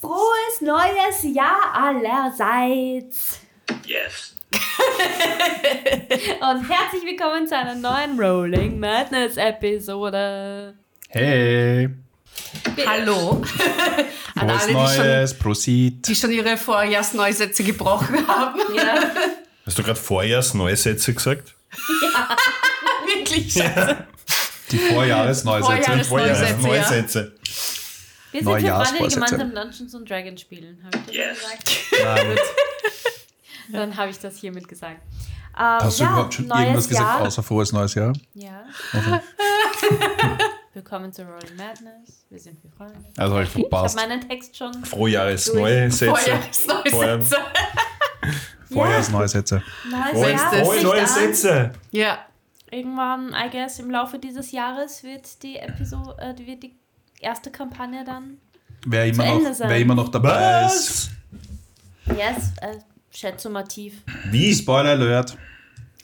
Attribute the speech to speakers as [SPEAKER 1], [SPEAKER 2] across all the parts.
[SPEAKER 1] Frohes neues Jahr allerseits!
[SPEAKER 2] Yes.
[SPEAKER 1] Und herzlich willkommen zu einer neuen Rolling Madness Episode.
[SPEAKER 3] Hey,
[SPEAKER 4] Hallo.
[SPEAKER 1] Ah,
[SPEAKER 4] An
[SPEAKER 3] frohes
[SPEAKER 4] alle, die schon,
[SPEAKER 3] Neues, Prosit.
[SPEAKER 4] die schon ihre Vorjahrsneusätze gebrochen haben.
[SPEAKER 1] Ja,
[SPEAKER 2] Hast du gerade Vorjahrsneusätze gesagt?
[SPEAKER 4] Wirklich. Ja.
[SPEAKER 3] Die Vorjahresneusätze.
[SPEAKER 4] Vorjahres- Vorjahresneusätze,
[SPEAKER 2] Vorjahresneusätze.
[SPEAKER 1] wir sind für Freunde, die
[SPEAKER 3] Neujahrsvorsätze.
[SPEAKER 1] gemeinsam Dungeons and Dragons spielen. Hab ich das
[SPEAKER 2] Yes.
[SPEAKER 1] gesagt?
[SPEAKER 3] Nein,
[SPEAKER 1] Dann habe ich das hiermit gesagt. Ähm,
[SPEAKER 3] Hast du
[SPEAKER 1] ja,
[SPEAKER 3] überhaupt schon
[SPEAKER 1] neues
[SPEAKER 3] irgendwas
[SPEAKER 1] Jahr.
[SPEAKER 3] gesagt, außer frohes neues Jahr?
[SPEAKER 1] Ja. willkommen zu Rolling Madness. Wir sind für Freunde.
[SPEAKER 3] Also habe ich
[SPEAKER 1] Ich habe
[SPEAKER 3] verpasst.
[SPEAKER 1] meinen Text schon.
[SPEAKER 2] Frohjahresneusätze.
[SPEAKER 4] Vorjahrsneusätze.
[SPEAKER 1] Also
[SPEAKER 3] Vorjahresneusätze.
[SPEAKER 1] Neues
[SPEAKER 2] Frohe,
[SPEAKER 4] Frohes-
[SPEAKER 1] Jahr.
[SPEAKER 4] Frohes-
[SPEAKER 2] frohe
[SPEAKER 4] Nicht
[SPEAKER 2] neue
[SPEAKER 4] an.
[SPEAKER 2] Sätze.
[SPEAKER 4] Ja.
[SPEAKER 1] Irgendwann, I guess, im Laufe dieses Jahres wird die Episode, äh, wird die erste Kampagne dann.
[SPEAKER 3] Wer immer,
[SPEAKER 1] Ende
[SPEAKER 3] noch,
[SPEAKER 1] sein.
[SPEAKER 3] wer immer noch dabei ist.
[SPEAKER 2] Was?
[SPEAKER 1] Yes, äh, schätzumativ.
[SPEAKER 2] Wie?
[SPEAKER 3] Spoiler Alert.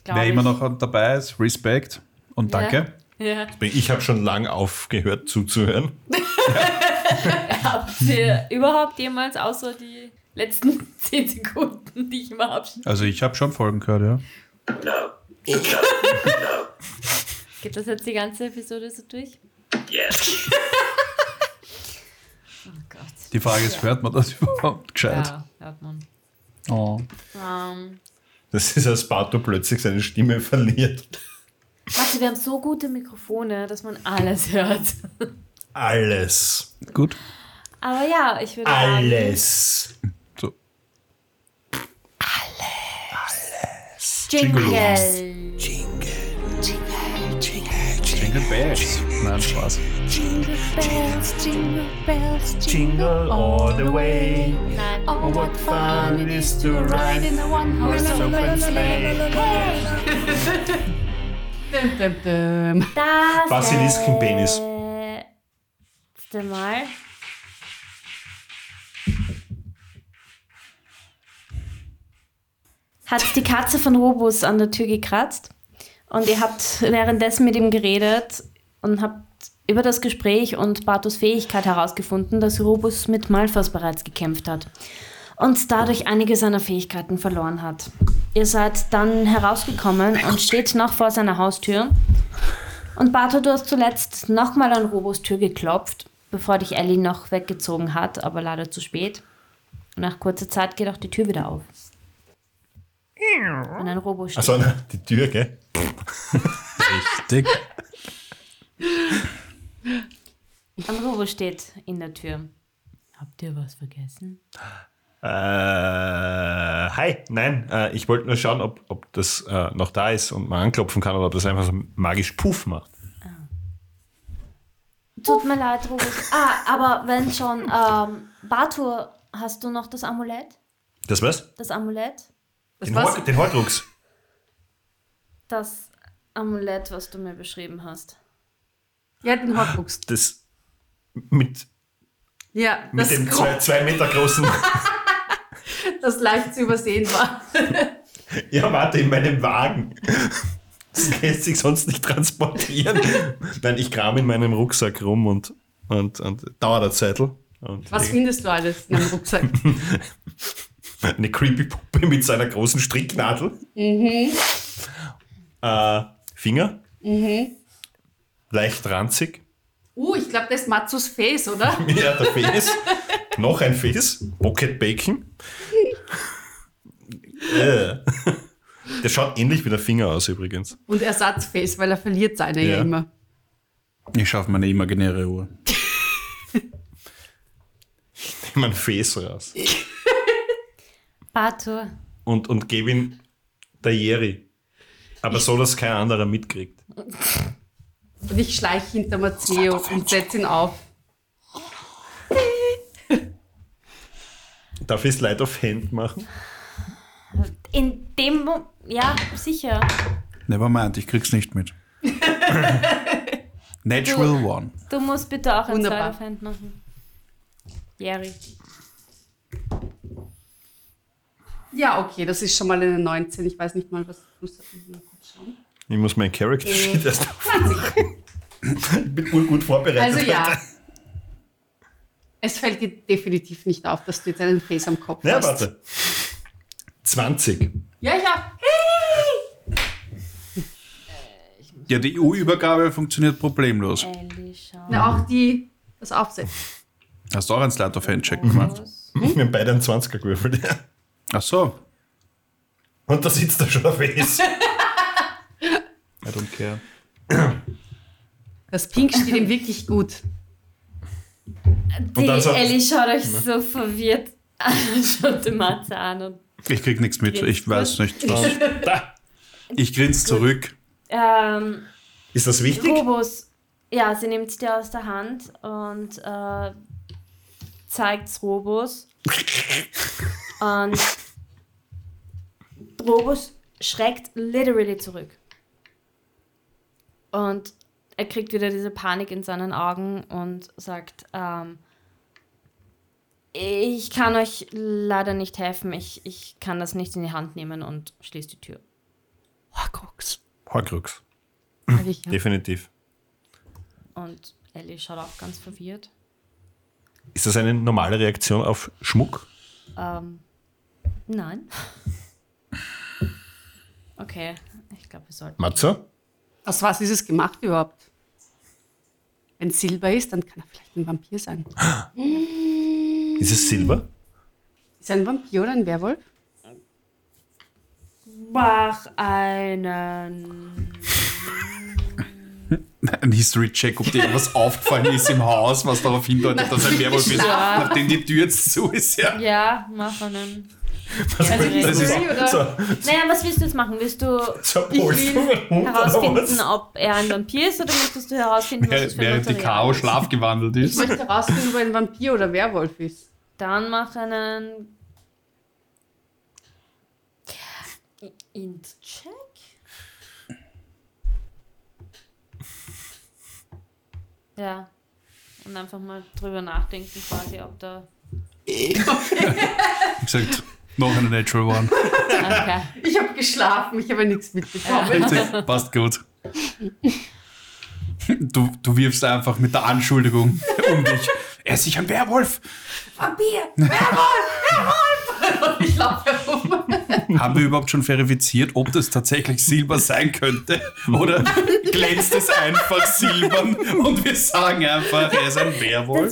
[SPEAKER 1] glaub
[SPEAKER 3] wer
[SPEAKER 1] ich.
[SPEAKER 3] immer noch dabei ist, Respekt und
[SPEAKER 1] Ja.
[SPEAKER 3] danke.
[SPEAKER 1] Ja,
[SPEAKER 2] Ich habe schon lang aufgehört zuzuhören.
[SPEAKER 1] habt ihr überhaupt jemals, außer die letzten 10 Sekunden, die ich immer habe,
[SPEAKER 3] Also ich habe schon Folgen gehört, ja.
[SPEAKER 2] No.
[SPEAKER 1] geht das jetzt die ganze Episode so durch?
[SPEAKER 2] Yes.
[SPEAKER 1] Oh Gott.
[SPEAKER 3] Die Frage ist, hört man das überhaupt gescheit?
[SPEAKER 1] Ja, hört man.
[SPEAKER 3] Oh.
[SPEAKER 1] Ähm,
[SPEAKER 2] Das ist, als Barto plötzlich seine Stimme verliert.
[SPEAKER 1] warte, wir haben so gute Mikrofone, dass man alles hört.
[SPEAKER 2] Alles.
[SPEAKER 3] Gut.
[SPEAKER 1] Aber ja, ich würde sagen,
[SPEAKER 2] Alles.
[SPEAKER 3] So.
[SPEAKER 1] Jingle.
[SPEAKER 3] Jingle Bells. Nein, Spaß.
[SPEAKER 2] Jingle all the way.
[SPEAKER 1] Nein.
[SPEAKER 2] Oh, what fun it is to ride in a one-horse open sleigh.
[SPEAKER 4] Dum, dum, dum.
[SPEAKER 1] Das
[SPEAKER 2] Basiliskenpenis.
[SPEAKER 1] letzte Mal. Hat die Katze von Robus an der Tür gekratzt und ihr habt währenddessen mit ihm geredet und habt über das Gespräch und Bartos Fähigkeit herausgefunden, dass Robus mit Malfas bereits gekämpft hat und dadurch einige seiner Fähigkeiten verloren hat. Ihr seid dann herausgekommen und steht noch vor seiner Haustür und Barto, du hast zuletzt nochmal an Robos Tür geklopft, bevor dich Ellie noch weggezogen hat, aber leider zu spät. Und nach kurzer Zeit geht auch die Tür wieder auf. Und ein Robo steht.
[SPEAKER 2] Achso, Also, na, die Tür, gell?
[SPEAKER 3] Dick.
[SPEAKER 1] Ein Robo steht in der Tür. Habt ihr was vergessen?
[SPEAKER 2] Äh, hi, nein, äh, ich wollte nur schauen, ob, ob das äh, noch da ist und man anklopfen kann oder ob das einfach so magisch Puff macht.
[SPEAKER 1] Tut mir leid, Robus. Ah, aber wenn schon, ähm, Bartur, hast du noch das Amulett?
[SPEAKER 2] Das was?
[SPEAKER 1] Das Amulett?
[SPEAKER 4] Das
[SPEAKER 2] Den,
[SPEAKER 4] war's.
[SPEAKER 2] Hor- den Horcrux.
[SPEAKER 1] Das Amulett, was du mir beschrieben hast.
[SPEAKER 4] Ja, den Horcrux.
[SPEAKER 2] Das mit,
[SPEAKER 4] Ja,
[SPEAKER 2] mit
[SPEAKER 4] das,
[SPEAKER 2] dem
[SPEAKER 4] Gro-
[SPEAKER 2] zwei, zwei Meter großen.
[SPEAKER 4] das leicht zu übersehen war.
[SPEAKER 2] ja, warte, in meinem Wagen. Das lässt sich sonst nicht transportieren. nein, ich kram in meinem Rucksack rum und, und, und dauert eine Zeitl. Und
[SPEAKER 4] Was
[SPEAKER 2] leg-
[SPEAKER 4] findest du alles in deinem Rucksack?
[SPEAKER 2] eine Creepy-Puppe mit seiner großen Stricknadel.
[SPEAKER 4] Mhm.
[SPEAKER 2] Äh, Finger.
[SPEAKER 4] Mhm.
[SPEAKER 2] Leicht ranzig.
[SPEAKER 4] Uh, ich glaube, das ist Matsus Face, oder?
[SPEAKER 2] Ja, der Fes. Noch ein Fes. Pocket Bacon. äh. Der schaut ähnlich wie der Finger aus übrigens.
[SPEAKER 4] Und Ersatzface, weil er verliert seine ja,
[SPEAKER 2] Ja.
[SPEAKER 4] immer.
[SPEAKER 3] Ich schaffe meine imaginäre Uhr.
[SPEAKER 2] Ich mein Fes raus.
[SPEAKER 1] Bartur,
[SPEAKER 2] Und, und gebe ihn der Jerry. Aber so, dass kein anderer mitkriegt.
[SPEAKER 4] Und ich schleiche hinter Matteo und setze ihn auf.
[SPEAKER 2] Darf ich Light of Hand machen?
[SPEAKER 1] in dem Moment. Ja, sicher.
[SPEAKER 3] Nevermind, ich krieg's nicht mit. Natural One.
[SPEAKER 1] Du musst bitte auch ein
[SPEAKER 4] Wunderbar.
[SPEAKER 1] Side Hand machen. Jerry.
[SPEAKER 4] Ja, okay, das ist schon mal eine 19. Ich weiß nicht mal, was. Ich muss ich mal kurz schauen.
[SPEAKER 2] Ich muss meinen Character Sheet erst auf. Ich bin urgut vorbereitet.
[SPEAKER 4] Also ja. Also Es fällt dir definitiv nicht auf, dass du jetzt einen Face am Kopf
[SPEAKER 2] Na,
[SPEAKER 4] hast.
[SPEAKER 2] warte. 20.
[SPEAKER 4] Ja, ja.
[SPEAKER 3] Ja, die EU-Übergabe funktioniert problemlos.
[SPEAKER 1] Elisha.
[SPEAKER 4] Na, auch die, das Aufsetzen.
[SPEAKER 3] Hast du auch einen Slide of Handcheck gemacht?
[SPEAKER 2] Wir haben beide einen 20er gewürfelt. Ja.
[SPEAKER 3] Ach so.
[SPEAKER 2] Und da sitzt da schon ein Face.
[SPEAKER 3] I don't care.
[SPEAKER 4] Das Pink steht ihm wirklich gut.
[SPEAKER 1] Die
[SPEAKER 2] dann so-
[SPEAKER 1] Ellie schaut euch so verwirrt an, schaut die Matze an und
[SPEAKER 3] Ich krieg nichts mit. Ich weiß nicht. was. Ich grinse zurück.
[SPEAKER 1] ähm,
[SPEAKER 2] Ist das wichtig?
[SPEAKER 1] Robus, ja, sie nimmt dir aus der Hand und äh, zeigt's Robus. und Robus schreckt literally zurück. Und er kriegt wieder diese Panik in seinen Augen und sagt, ähm, ich kann euch leider nicht helfen, ich, ich kann das nicht in die Hand nehmen und schließt die Tür.
[SPEAKER 4] Horcrux.
[SPEAKER 2] Horcrux.
[SPEAKER 4] Sag ich ja.
[SPEAKER 2] Definitiv.
[SPEAKER 1] Und Ellie schaut auch ganz verwirrt.
[SPEAKER 2] Ist das eine normale Reaktion auf Schmuck?
[SPEAKER 1] Ähm, nein. Okay, ich glaube, wir sollten.
[SPEAKER 2] Matze?
[SPEAKER 4] Aus was ist es gemacht überhaupt? Wenn es Silber ist, dann kann er vielleicht ein Vampir sein.
[SPEAKER 2] Ist es Silber?
[SPEAKER 4] Ist er ein Vampir oder ein Werwolf?
[SPEAKER 1] Mach einen.
[SPEAKER 3] Ein History-Check, ob dir irgendwas aufgefallen ist im Haus, was darauf hindeutet, dass ein Werwolf ist,
[SPEAKER 1] Ja.
[SPEAKER 3] nachdem die Tür jetzt zu ist. Ja.
[SPEAKER 1] Ja, mach einen.
[SPEAKER 2] Was
[SPEAKER 1] Also
[SPEAKER 2] willst du
[SPEAKER 1] das ist-
[SPEAKER 2] sagen?
[SPEAKER 4] oder?
[SPEAKER 2] So,
[SPEAKER 1] Naja, was willst du jetzt machen? Willst du
[SPEAKER 2] so
[SPEAKER 1] ich
[SPEAKER 2] holst du
[SPEAKER 1] will
[SPEAKER 2] einen Hund oder
[SPEAKER 1] herausfinden,
[SPEAKER 2] was?
[SPEAKER 1] ob er ein Vampir ist oder möchtest du herausfinden, was das für ein
[SPEAKER 3] Während die
[SPEAKER 1] Material
[SPEAKER 3] K.O.
[SPEAKER 1] ist?
[SPEAKER 3] schlafgewandelt
[SPEAKER 4] Ich
[SPEAKER 3] ist.
[SPEAKER 4] möchte herausfinden, ob er ein Vampir oder Werwolf ist.
[SPEAKER 1] Dann mach einen. Int-Check? Ja. Und einfach mal drüber nachdenken, quasi, ob da.
[SPEAKER 3] Ich gesagt, noch eine Natural One.
[SPEAKER 1] Okay.
[SPEAKER 4] Ich habe geschlafen, ich habe nichts mitbekommen.
[SPEAKER 3] Richtig, passt gut. Du, du wirfst einfach mit der Anschuldigung um dich. Er ist sicher ein Werwolf.
[SPEAKER 4] Vampir! Werwolf! Werwolf! Und ich laufe herum.
[SPEAKER 3] Haben wir überhaupt schon verifiziert, ob das tatsächlich Silber sein könnte? Oder glänzt es einfach silbern und wir sagen einfach, er ist ein Werwolf?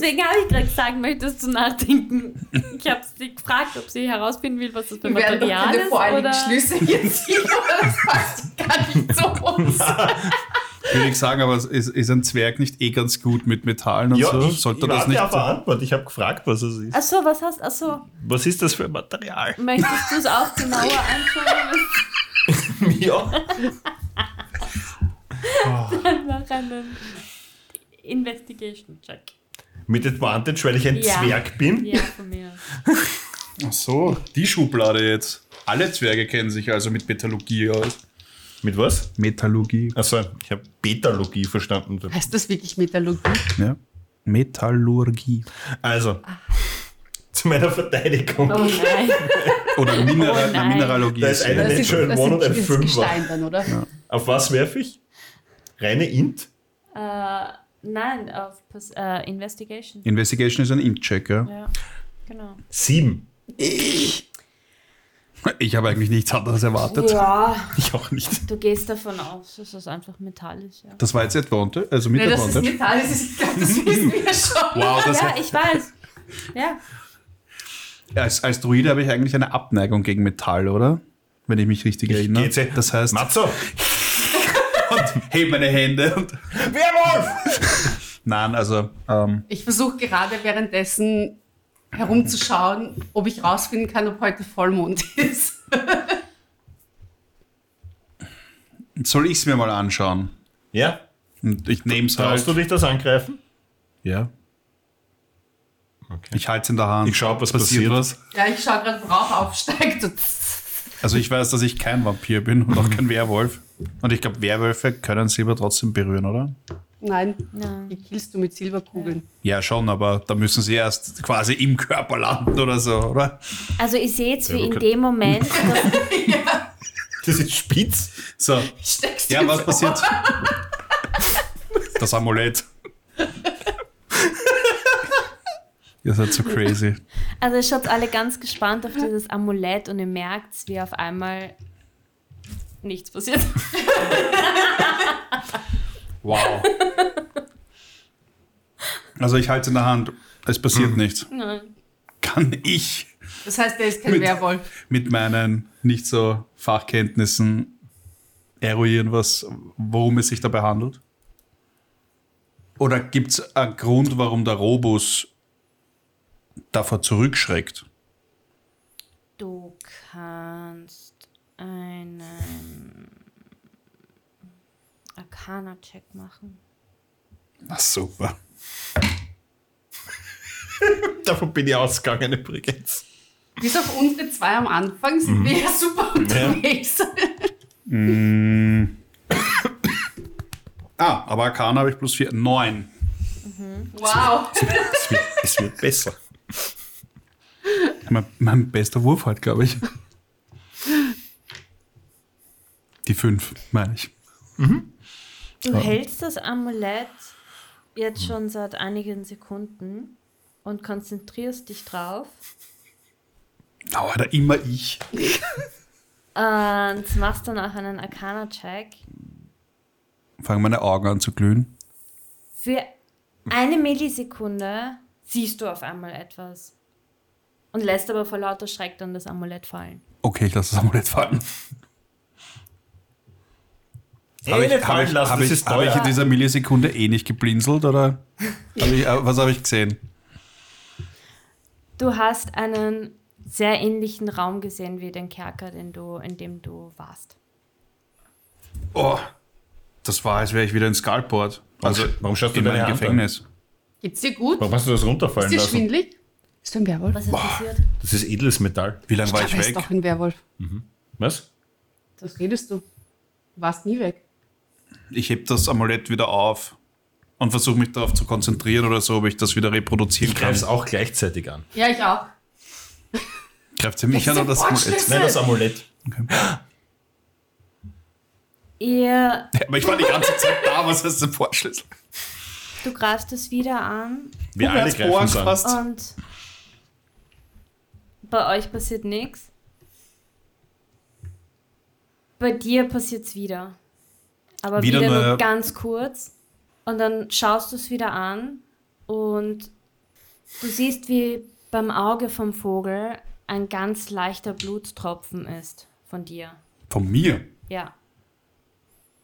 [SPEAKER 1] Deswegen habe ich gerade gesagt, möchtest du nachdenken? Ich habe sie gefragt, ob sie herausfinden will, was das für
[SPEAKER 4] Wir werden doch
[SPEAKER 1] Material
[SPEAKER 4] keine
[SPEAKER 1] ist. Oder
[SPEAKER 4] voreiligen Schlüsse jetzt ziehen, aber das passt gar nicht zu uns.
[SPEAKER 3] Würde ich sagen, aber es ist, ist ein Zwerg nicht eh ganz gut mit Metallen und so? Also, Sollte er das
[SPEAKER 2] warte
[SPEAKER 3] nicht.
[SPEAKER 2] auf eine Antwort. Ich habe gefragt, was es ist.
[SPEAKER 1] Achso, was hast Achso,
[SPEAKER 2] Was ist das für ein Material?
[SPEAKER 1] möchtest du es auch genauer anschauen?
[SPEAKER 2] ja.
[SPEAKER 1] Mach einen Investigation-Check.
[SPEAKER 2] Mit Advantage, weil ich ein
[SPEAKER 1] Ja.
[SPEAKER 2] Zwerg bin.
[SPEAKER 1] Ja, von mir. aus.
[SPEAKER 3] Ach so, die Schublade jetzt. Alle Zwerge kennen sich also mit Metallurgie aus.
[SPEAKER 2] Mit was?
[SPEAKER 3] Metallurgie.
[SPEAKER 2] Achso, ich habe Betalogie verstanden.
[SPEAKER 4] Heißt das wirklich Metallurgie?
[SPEAKER 3] Ja. Metallurgie.
[SPEAKER 2] Also,
[SPEAKER 1] Ah.
[SPEAKER 2] zu meiner Verteidigung.
[SPEAKER 1] Oh nein.
[SPEAKER 3] Oder Mineral
[SPEAKER 1] Oh nein.
[SPEAKER 3] Mineralogie.
[SPEAKER 2] Da ist
[SPEAKER 3] ja-
[SPEAKER 2] eine- Natural One und ein
[SPEAKER 4] ins
[SPEAKER 2] Fünfer.
[SPEAKER 4] Gestein dann, oder?
[SPEAKER 2] Auf was werfe ich? Reine Int?
[SPEAKER 1] Äh, nein, auf Pers äh, Investigation.
[SPEAKER 3] Investigation ist ein Int-Check, ja.
[SPEAKER 1] Ja, genau.
[SPEAKER 2] Sieben.
[SPEAKER 3] Ich habe eigentlich nichts anderes erwartet.
[SPEAKER 1] Ja,
[SPEAKER 2] Ich auch nicht.
[SPEAKER 1] du gehst davon aus, dass das einfach Metall ist, ja.
[SPEAKER 3] Das war jetzt Advantage, also mit
[SPEAKER 4] Nee, das ist
[SPEAKER 3] Advantage.
[SPEAKER 4] Metall, das, ist, das wissen wir schon.
[SPEAKER 3] Wow, das
[SPEAKER 1] Ja,
[SPEAKER 3] hat,
[SPEAKER 1] ich weiß. Ja.
[SPEAKER 3] als, als Druide habe ich eigentlich eine Abneigung gegen Metall, oder? Wenn ich mich richtig erinnere.
[SPEAKER 2] geht's eh.
[SPEAKER 3] Das heißt,
[SPEAKER 2] Matzo!
[SPEAKER 3] und heb meine Hände und.
[SPEAKER 2] Werwolf!
[SPEAKER 3] Nein, also. Ähm,
[SPEAKER 4] Ich versuche gerade währenddessen herumzuschauen, ob ich rausfinden kann, ob heute Vollmond ist.
[SPEAKER 3] soll ich es mir mal anschauen?
[SPEAKER 2] Ja?
[SPEAKER 3] Und ich nehme es halt.
[SPEAKER 2] Traust du dich das angreifen?
[SPEAKER 3] Ja.
[SPEAKER 2] Okay.
[SPEAKER 3] Ich halte es in der Hand.
[SPEAKER 2] Ich schau, ob was passiert.
[SPEAKER 3] was.
[SPEAKER 4] Ja, ich schaue gerade, wo Rauch aufsteigt. Und
[SPEAKER 3] Also ich weiß, dass ich kein Vampir bin und auch kein Werwolf. Und ich glaube, Werwölfe können Silber trotzdem berühren, oder?
[SPEAKER 4] Nein,
[SPEAKER 1] Nein.
[SPEAKER 4] die killst du mit Silberkugeln.
[SPEAKER 3] Ja, schon, aber da müssen sie erst quasi im Körper landen oder so, oder?
[SPEAKER 1] Also ihr seht, wie
[SPEAKER 2] Ja,
[SPEAKER 1] in
[SPEAKER 2] okay.
[SPEAKER 1] dem Moment, dass,
[SPEAKER 2] Das ist spitz.
[SPEAKER 3] So,
[SPEAKER 4] Steckst
[SPEAKER 3] ja,
[SPEAKER 4] du
[SPEAKER 3] was
[SPEAKER 4] vor.
[SPEAKER 3] passiert? Das Amulett. Ihr seid so crazy.
[SPEAKER 1] Also schaut alle ganz gespannt auf dieses Amulett und ihr merkt, wie auf einmal nichts passiert.
[SPEAKER 3] Wow. Also ich halte es in der Hand. Es
[SPEAKER 2] Hm.
[SPEAKER 3] passiert nichts.
[SPEAKER 1] Nein.
[SPEAKER 3] Kann ich
[SPEAKER 4] Das heißt, der ist kein
[SPEAKER 3] Mit-
[SPEAKER 4] Werwolf.
[SPEAKER 3] mit meinen nicht so Fachkenntnissen eruieren, was, worum es sich dabei handelt? Oder gibt es einen Grund, warum der Robus davor zurückschreckt?
[SPEAKER 1] Du kannst einen Arcana-Check machen.
[SPEAKER 3] Ach, super.
[SPEAKER 2] Davon bin ich ausgegangen übrigens.
[SPEAKER 4] Bis auf unsere zwei am Anfang
[SPEAKER 3] Mhm.
[SPEAKER 4] sind wir ja super unterwegs.
[SPEAKER 3] Ah, aber Arcana habe ich plus vier. Neun.
[SPEAKER 4] Wow.
[SPEAKER 2] Es wird, es wird besser.
[SPEAKER 3] Mein, mein bester Wurf halt, glaube ich. Die fünf, meine ich.
[SPEAKER 1] Du hältst das Amulett jetzt schon seit einigen Sekunden und konzentrierst dich drauf.
[SPEAKER 3] Aber da immer ich.
[SPEAKER 1] Und machst dann auch einen Arcana-Check.
[SPEAKER 3] Fangen meine Augen an zu glühen.
[SPEAKER 1] Für eine Millisekunde siehst du auf einmal etwas. Und lässt aber vor lauter Schreck dann das Amulett fallen.
[SPEAKER 3] Okay, ich lasse das Amulett fallen. Hab
[SPEAKER 2] Eine
[SPEAKER 3] hab
[SPEAKER 2] fallen lassen,
[SPEAKER 3] hab
[SPEAKER 2] das
[SPEAKER 3] ich,
[SPEAKER 2] ist
[SPEAKER 3] Habe ich
[SPEAKER 2] teuer.
[SPEAKER 3] in dieser Millisekunde eh nicht geblinzelt, oder? Hab ich, äh, was habe ich gesehen?
[SPEAKER 1] Du hast einen sehr ähnlichen Raum gesehen wie den Kerker, den du, in dem du warst.
[SPEAKER 3] Oh, das war, als wäre ich wieder in Skalport. Also,
[SPEAKER 2] sch- warum schaust du
[SPEAKER 3] in
[SPEAKER 2] deine
[SPEAKER 3] meinem
[SPEAKER 2] Hand an?
[SPEAKER 3] Gefängnis?
[SPEAKER 4] Geht's dir gut?
[SPEAKER 2] Warum hast du das runterfallen
[SPEAKER 4] Ist dir
[SPEAKER 2] lassen?
[SPEAKER 4] schwindelig? Ist du ein Werwolf?
[SPEAKER 1] Was ist passiert?
[SPEAKER 2] Das ist edles Metall.
[SPEAKER 3] Wie lange war
[SPEAKER 4] Du
[SPEAKER 3] ich
[SPEAKER 4] bist
[SPEAKER 3] weg?
[SPEAKER 4] doch ein Werwolf.
[SPEAKER 2] Was?
[SPEAKER 4] Das redest du. Du warst nie weg.
[SPEAKER 3] Ich heb das Amulett wieder auf und versuche mich darauf zu konzentrieren oder so, ob ich das wieder reproduzieren
[SPEAKER 2] Ich greife es
[SPEAKER 3] kann.
[SPEAKER 2] auch gleichzeitig an.
[SPEAKER 4] Ja, ich auch.
[SPEAKER 3] Greift sie mich an oder das Amulett?
[SPEAKER 2] Nein, das Amulett.
[SPEAKER 1] Ihr
[SPEAKER 3] Aber ich war die ganze Zeit da, was heißt der Vorschlüssel?
[SPEAKER 1] Du greifst es wieder an
[SPEAKER 2] Wir alle greifen es an.
[SPEAKER 1] und bei euch passiert nichts. Bei dir passiert es wieder. Aber
[SPEAKER 3] Wieder
[SPEAKER 1] wieder,
[SPEAKER 3] nur-
[SPEAKER 1] nur ganz kurz. Und dann schaust du es wieder an und du siehst, wie beim Auge vom Vogel ein ganz leichter Blutstropfen ist von dir.
[SPEAKER 3] Von mir?
[SPEAKER 1] Ja.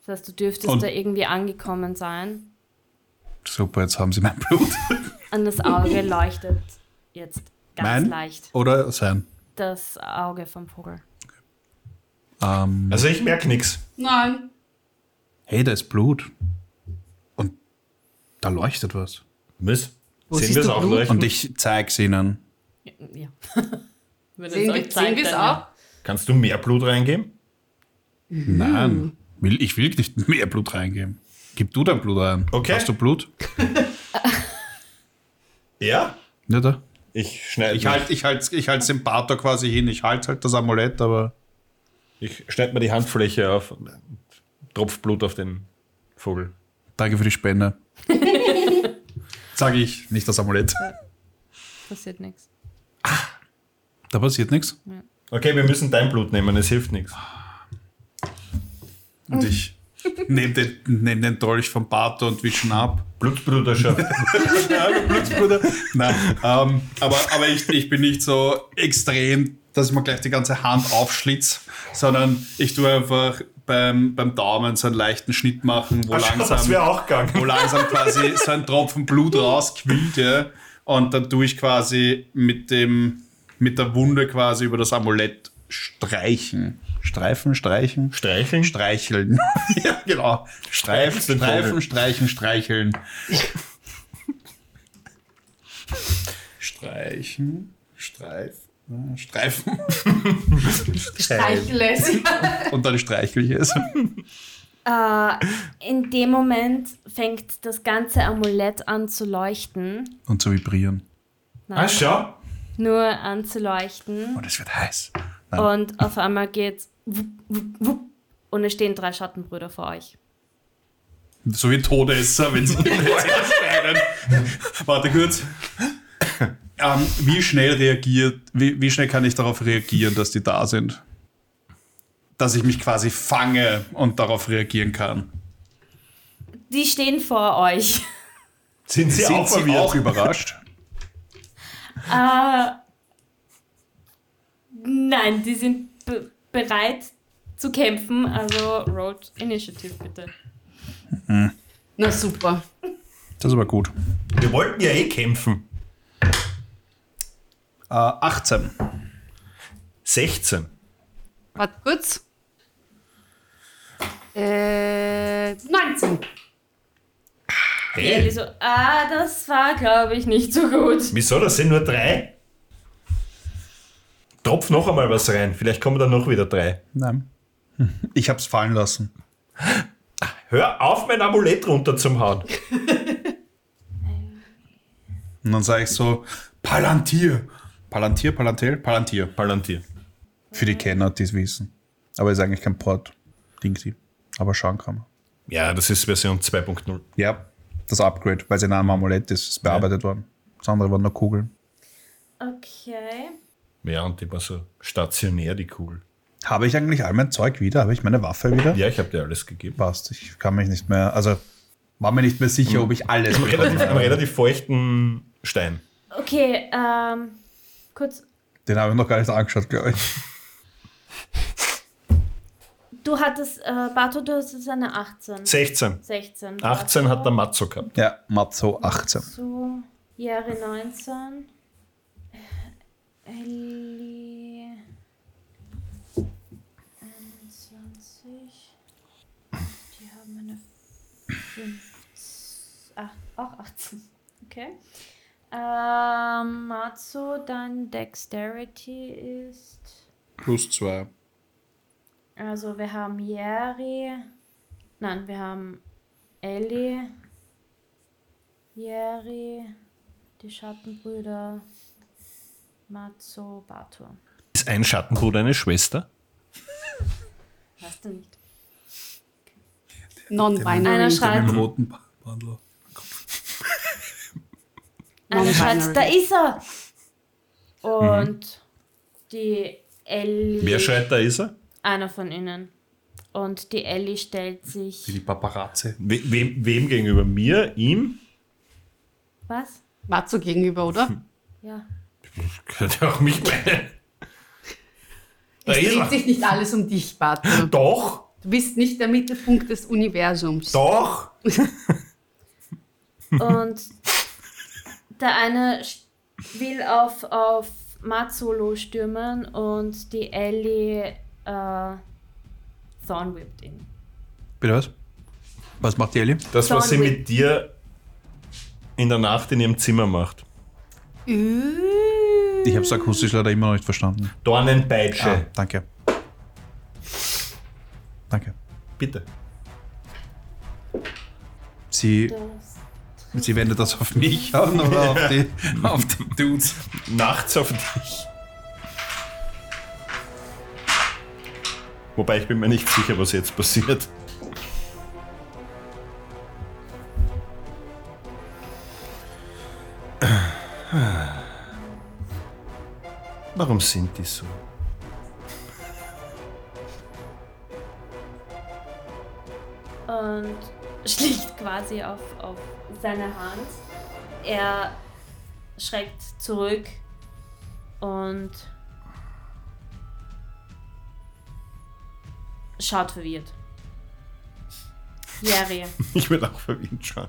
[SPEAKER 1] Das heißt, du dürftest
[SPEAKER 3] Und-
[SPEAKER 1] da irgendwie angekommen sein.
[SPEAKER 3] Super, jetzt haben sie mein Blut.
[SPEAKER 1] Und das Auge leuchtet jetzt ganz
[SPEAKER 3] mein?
[SPEAKER 1] leicht.
[SPEAKER 3] Oder sein?
[SPEAKER 1] Das Auge vom Vogel.
[SPEAKER 3] Ähm,
[SPEAKER 2] Also ich merke nichts.
[SPEAKER 4] Nein.
[SPEAKER 3] hey, da ist Blut. Und da leuchtet was.
[SPEAKER 2] Was?
[SPEAKER 4] Wo
[SPEAKER 2] Sehen
[SPEAKER 4] siehst
[SPEAKER 2] wir es
[SPEAKER 4] du
[SPEAKER 2] auch
[SPEAKER 4] Blut?
[SPEAKER 2] leuchten?
[SPEAKER 3] Und ich zeig's ihnen.
[SPEAKER 1] Ja.
[SPEAKER 4] Sehen wir sehen wir es auch?
[SPEAKER 2] Kannst du mehr Blut reingeben?
[SPEAKER 3] Nein, will, ich will nicht mehr Blut reingeben. Gib du dein Blut rein.
[SPEAKER 2] Okay.
[SPEAKER 3] Hast du Blut?
[SPEAKER 2] Ja.
[SPEAKER 3] Ja, da.
[SPEAKER 2] Ich schneide
[SPEAKER 3] Ich halte ich halt, ich halt's dem Pater quasi hin. Ich halte halt das Amulett, aber
[SPEAKER 2] ich schneid mir die Handfläche auf und tropf Blut auf den Vogel.
[SPEAKER 3] danke für die Spende. Sag ich, nicht das Amulett.
[SPEAKER 1] Passiert nichts.
[SPEAKER 3] Da passiert nichts.
[SPEAKER 2] Okay, wir müssen dein Blut nehmen, es hilft nichts.
[SPEAKER 3] Und ich nehme den, nehm den Dolch vom Pater und wischen ab.
[SPEAKER 2] Blutbruderschaft.
[SPEAKER 3] Blutsbruder. Nein, ähm, aber, aber ich, ich bin nicht so extrem, dass ich mir gleich die ganze Hand aufschlitz, sondern ich tue einfach beim, beim Daumen so einen leichten Schnitt machen, wo
[SPEAKER 2] das wäre
[SPEAKER 3] langsam,
[SPEAKER 2] auch gegangen.
[SPEAKER 3] wo langsam quasi so ein Tropfen Blut rausquillt. Ja? Und dann tue ich quasi mit, dem, mit der Wunde quasi über das Amulett streichen. Streifen, streichen,
[SPEAKER 2] Streicheln?
[SPEAKER 3] streicheln. ja, genau. Streifen,
[SPEAKER 2] Streicheln,
[SPEAKER 3] streifen,
[SPEAKER 2] Vogel.
[SPEAKER 3] streichen, streicheln. streichen, streif, äh, streifen.
[SPEAKER 4] Streichle es.
[SPEAKER 3] Und dann streichle ich es.
[SPEAKER 1] Äh, In dem Moment fängt das ganze Amulett an zu leuchten.
[SPEAKER 3] Und zu vibrieren.
[SPEAKER 2] Ah, schau.
[SPEAKER 1] Nur an zu leuchten.
[SPEAKER 3] Und es wird heiß. Nein.
[SPEAKER 1] Und auf einmal geht's wupp, wupp, wupp, und es stehen drei Schattenbrüder vor euch.
[SPEAKER 3] So wie ein Todesser, wenn sie wenn sie das schreien. Warte kurz. Ähm, wie schnell reagiert, wie, wie schnell kann ich darauf reagieren, dass die da sind? Dass ich mich quasi fange und darauf reagieren kann.
[SPEAKER 1] Die stehen vor euch.
[SPEAKER 2] Sind sie
[SPEAKER 3] Sind
[SPEAKER 2] auch
[SPEAKER 3] Sie
[SPEAKER 2] verwirrt?
[SPEAKER 3] auch überrascht?
[SPEAKER 1] Äh, nein, die sind be bereit zu kämpfen. Also Road Initiative bitte.
[SPEAKER 4] Na super.
[SPEAKER 3] Das ist aber gut.
[SPEAKER 2] Wir wollten ja eh kämpfen.
[SPEAKER 3] Äh, 18.
[SPEAKER 2] 16.
[SPEAKER 4] Warte kurz. Äh, 19.
[SPEAKER 1] Ja, die so, ah, das war, glaube ich, nicht so gut.
[SPEAKER 2] Wieso? Das sind nur drei. Tropf noch einmal was rein. Vielleicht kommen dann noch wieder drei.
[SPEAKER 3] Nein. Ich hab's fallen lassen.
[SPEAKER 2] Hör auf, mein Amulett runter zum Hauen.
[SPEAKER 3] Und dann sage ich so: Palantir. Palantir, Palantir, Palantir.
[SPEAKER 2] Palantir.
[SPEAKER 3] Für die Kenner, die es wissen. Aber ist eigentlich kein Port. Ding sie. Aber schauen kann man.
[SPEAKER 2] Ja, das ist Version 2.0.
[SPEAKER 3] Ja, das Upgrade, weil es in einem Amulett ist, ist bearbeitet worden. Das andere waren nur Kugeln.
[SPEAKER 1] Okay.
[SPEAKER 2] Ja, und die war so stationär, die Kugel.
[SPEAKER 3] Habe ich eigentlich all mein Zeug wieder? Habe ich meine Waffe wieder?
[SPEAKER 2] Ja, ich habe dir alles gegeben.
[SPEAKER 3] Passt. Ich kann mich nicht mehr, also war mir nicht mehr sicher, ob ich alles
[SPEAKER 2] Einen
[SPEAKER 3] bekommen
[SPEAKER 2] relativ, einen
[SPEAKER 3] habe.
[SPEAKER 2] relativ feuchten Stein.
[SPEAKER 1] Okay, ähm, kurz.
[SPEAKER 3] Den habe ich noch gar nicht angeschaut, glaube ich.
[SPEAKER 1] Du hattest, äh, Bato, du hattest eine 18.
[SPEAKER 2] 16.
[SPEAKER 1] 16.
[SPEAKER 2] 18 hat der
[SPEAKER 1] Bato.
[SPEAKER 2] Matzo gehabt.
[SPEAKER 3] Ja, Matzo 18.
[SPEAKER 1] So, Jahre 19. Ellie. 21. Die haben eine 5. Ach, auch 18. Okay. Ähm, Matsu, dein Dexterity ist.
[SPEAKER 3] Plus 2.
[SPEAKER 1] Also, wir haben Jerry. Nein, wir haben Ellie. Jerry. Die Schattenbrüder. Matzo, Bato.
[SPEAKER 2] Ist ein Schattenbruder eine Schwester?
[SPEAKER 1] Weißt du nicht. Einer
[SPEAKER 4] Non-binary.
[SPEAKER 1] schreit,
[SPEAKER 3] roten Bandler.
[SPEAKER 1] einer
[SPEAKER 4] Non-binary.
[SPEAKER 1] schreit, da ist er! Und die Ellie.
[SPEAKER 2] Mhm. Wer schreit, da ist er?
[SPEAKER 1] Einer von ihnen. Und die Ellie stellt sich.
[SPEAKER 3] Die Paparazzi.
[SPEAKER 2] We wem, wem gegenüber? Mir? Ihm?
[SPEAKER 1] Was?
[SPEAKER 4] Matzo gegenüber, oder?
[SPEAKER 2] Hm.
[SPEAKER 1] Ja.
[SPEAKER 2] Könnte auch mich meinen. Da
[SPEAKER 4] Es
[SPEAKER 2] ist
[SPEAKER 4] dreht
[SPEAKER 2] er.
[SPEAKER 4] sich nicht alles um dich, Bartel.
[SPEAKER 2] Doch,
[SPEAKER 4] Du bist nicht der Mittelpunkt des Universums.
[SPEAKER 2] doch.
[SPEAKER 1] Und der eine sch- will auf, auf Matsolo stürmen und die Ellie äh, Thornwhipped ihn.
[SPEAKER 3] Bitte was? Was macht die Ellie?
[SPEAKER 2] Das, was sie
[SPEAKER 1] Thornwind.
[SPEAKER 2] mit dir in der Nacht in ihrem Zimmer macht.
[SPEAKER 4] Äh,
[SPEAKER 3] Ich habe es akustisch leider immer noch nicht verstanden.
[SPEAKER 2] Dornenpeitsche.
[SPEAKER 3] Ah, danke. Danke.
[SPEAKER 2] Ah, Bitte.
[SPEAKER 3] Sie,
[SPEAKER 1] Das
[SPEAKER 3] sie wendet das auf mich an oder auf die, auf die Dudes.
[SPEAKER 2] Nachts auf dich. Wobei ich bin mir nicht sicher, was jetzt passiert. Warum sind die so?
[SPEAKER 1] und schlägt quasi auf, auf seine Hand. Er schreckt zurück und schaut verwirrt. Jerry.
[SPEAKER 2] Ich würde auch verwirrt schauen.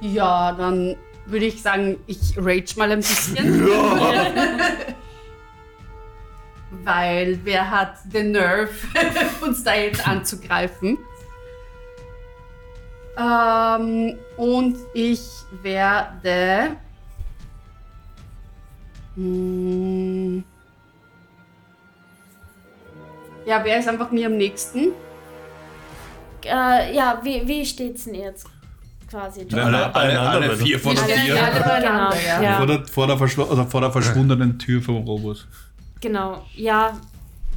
[SPEAKER 4] Ja, dann würde ich sagen, ich rage mal ein bisschen. Weil wer hat den Nerve, uns da jetzt anzugreifen? Ähm, und ich werde. Hm. Ja, wer ist einfach mir am nächsten?
[SPEAKER 1] Äh, ja, wie, wie steht's denn jetzt quasi?
[SPEAKER 2] Nein, alle- alle- alle vier
[SPEAKER 3] von
[SPEAKER 4] der
[SPEAKER 1] stehen
[SPEAKER 4] vier. alle
[SPEAKER 1] genau,
[SPEAKER 4] beieinander,
[SPEAKER 1] ja.
[SPEAKER 4] ja.
[SPEAKER 3] Vor der, vor, der verschw- also vor der verschwundenen Tür vom Robot.
[SPEAKER 1] genau, ja,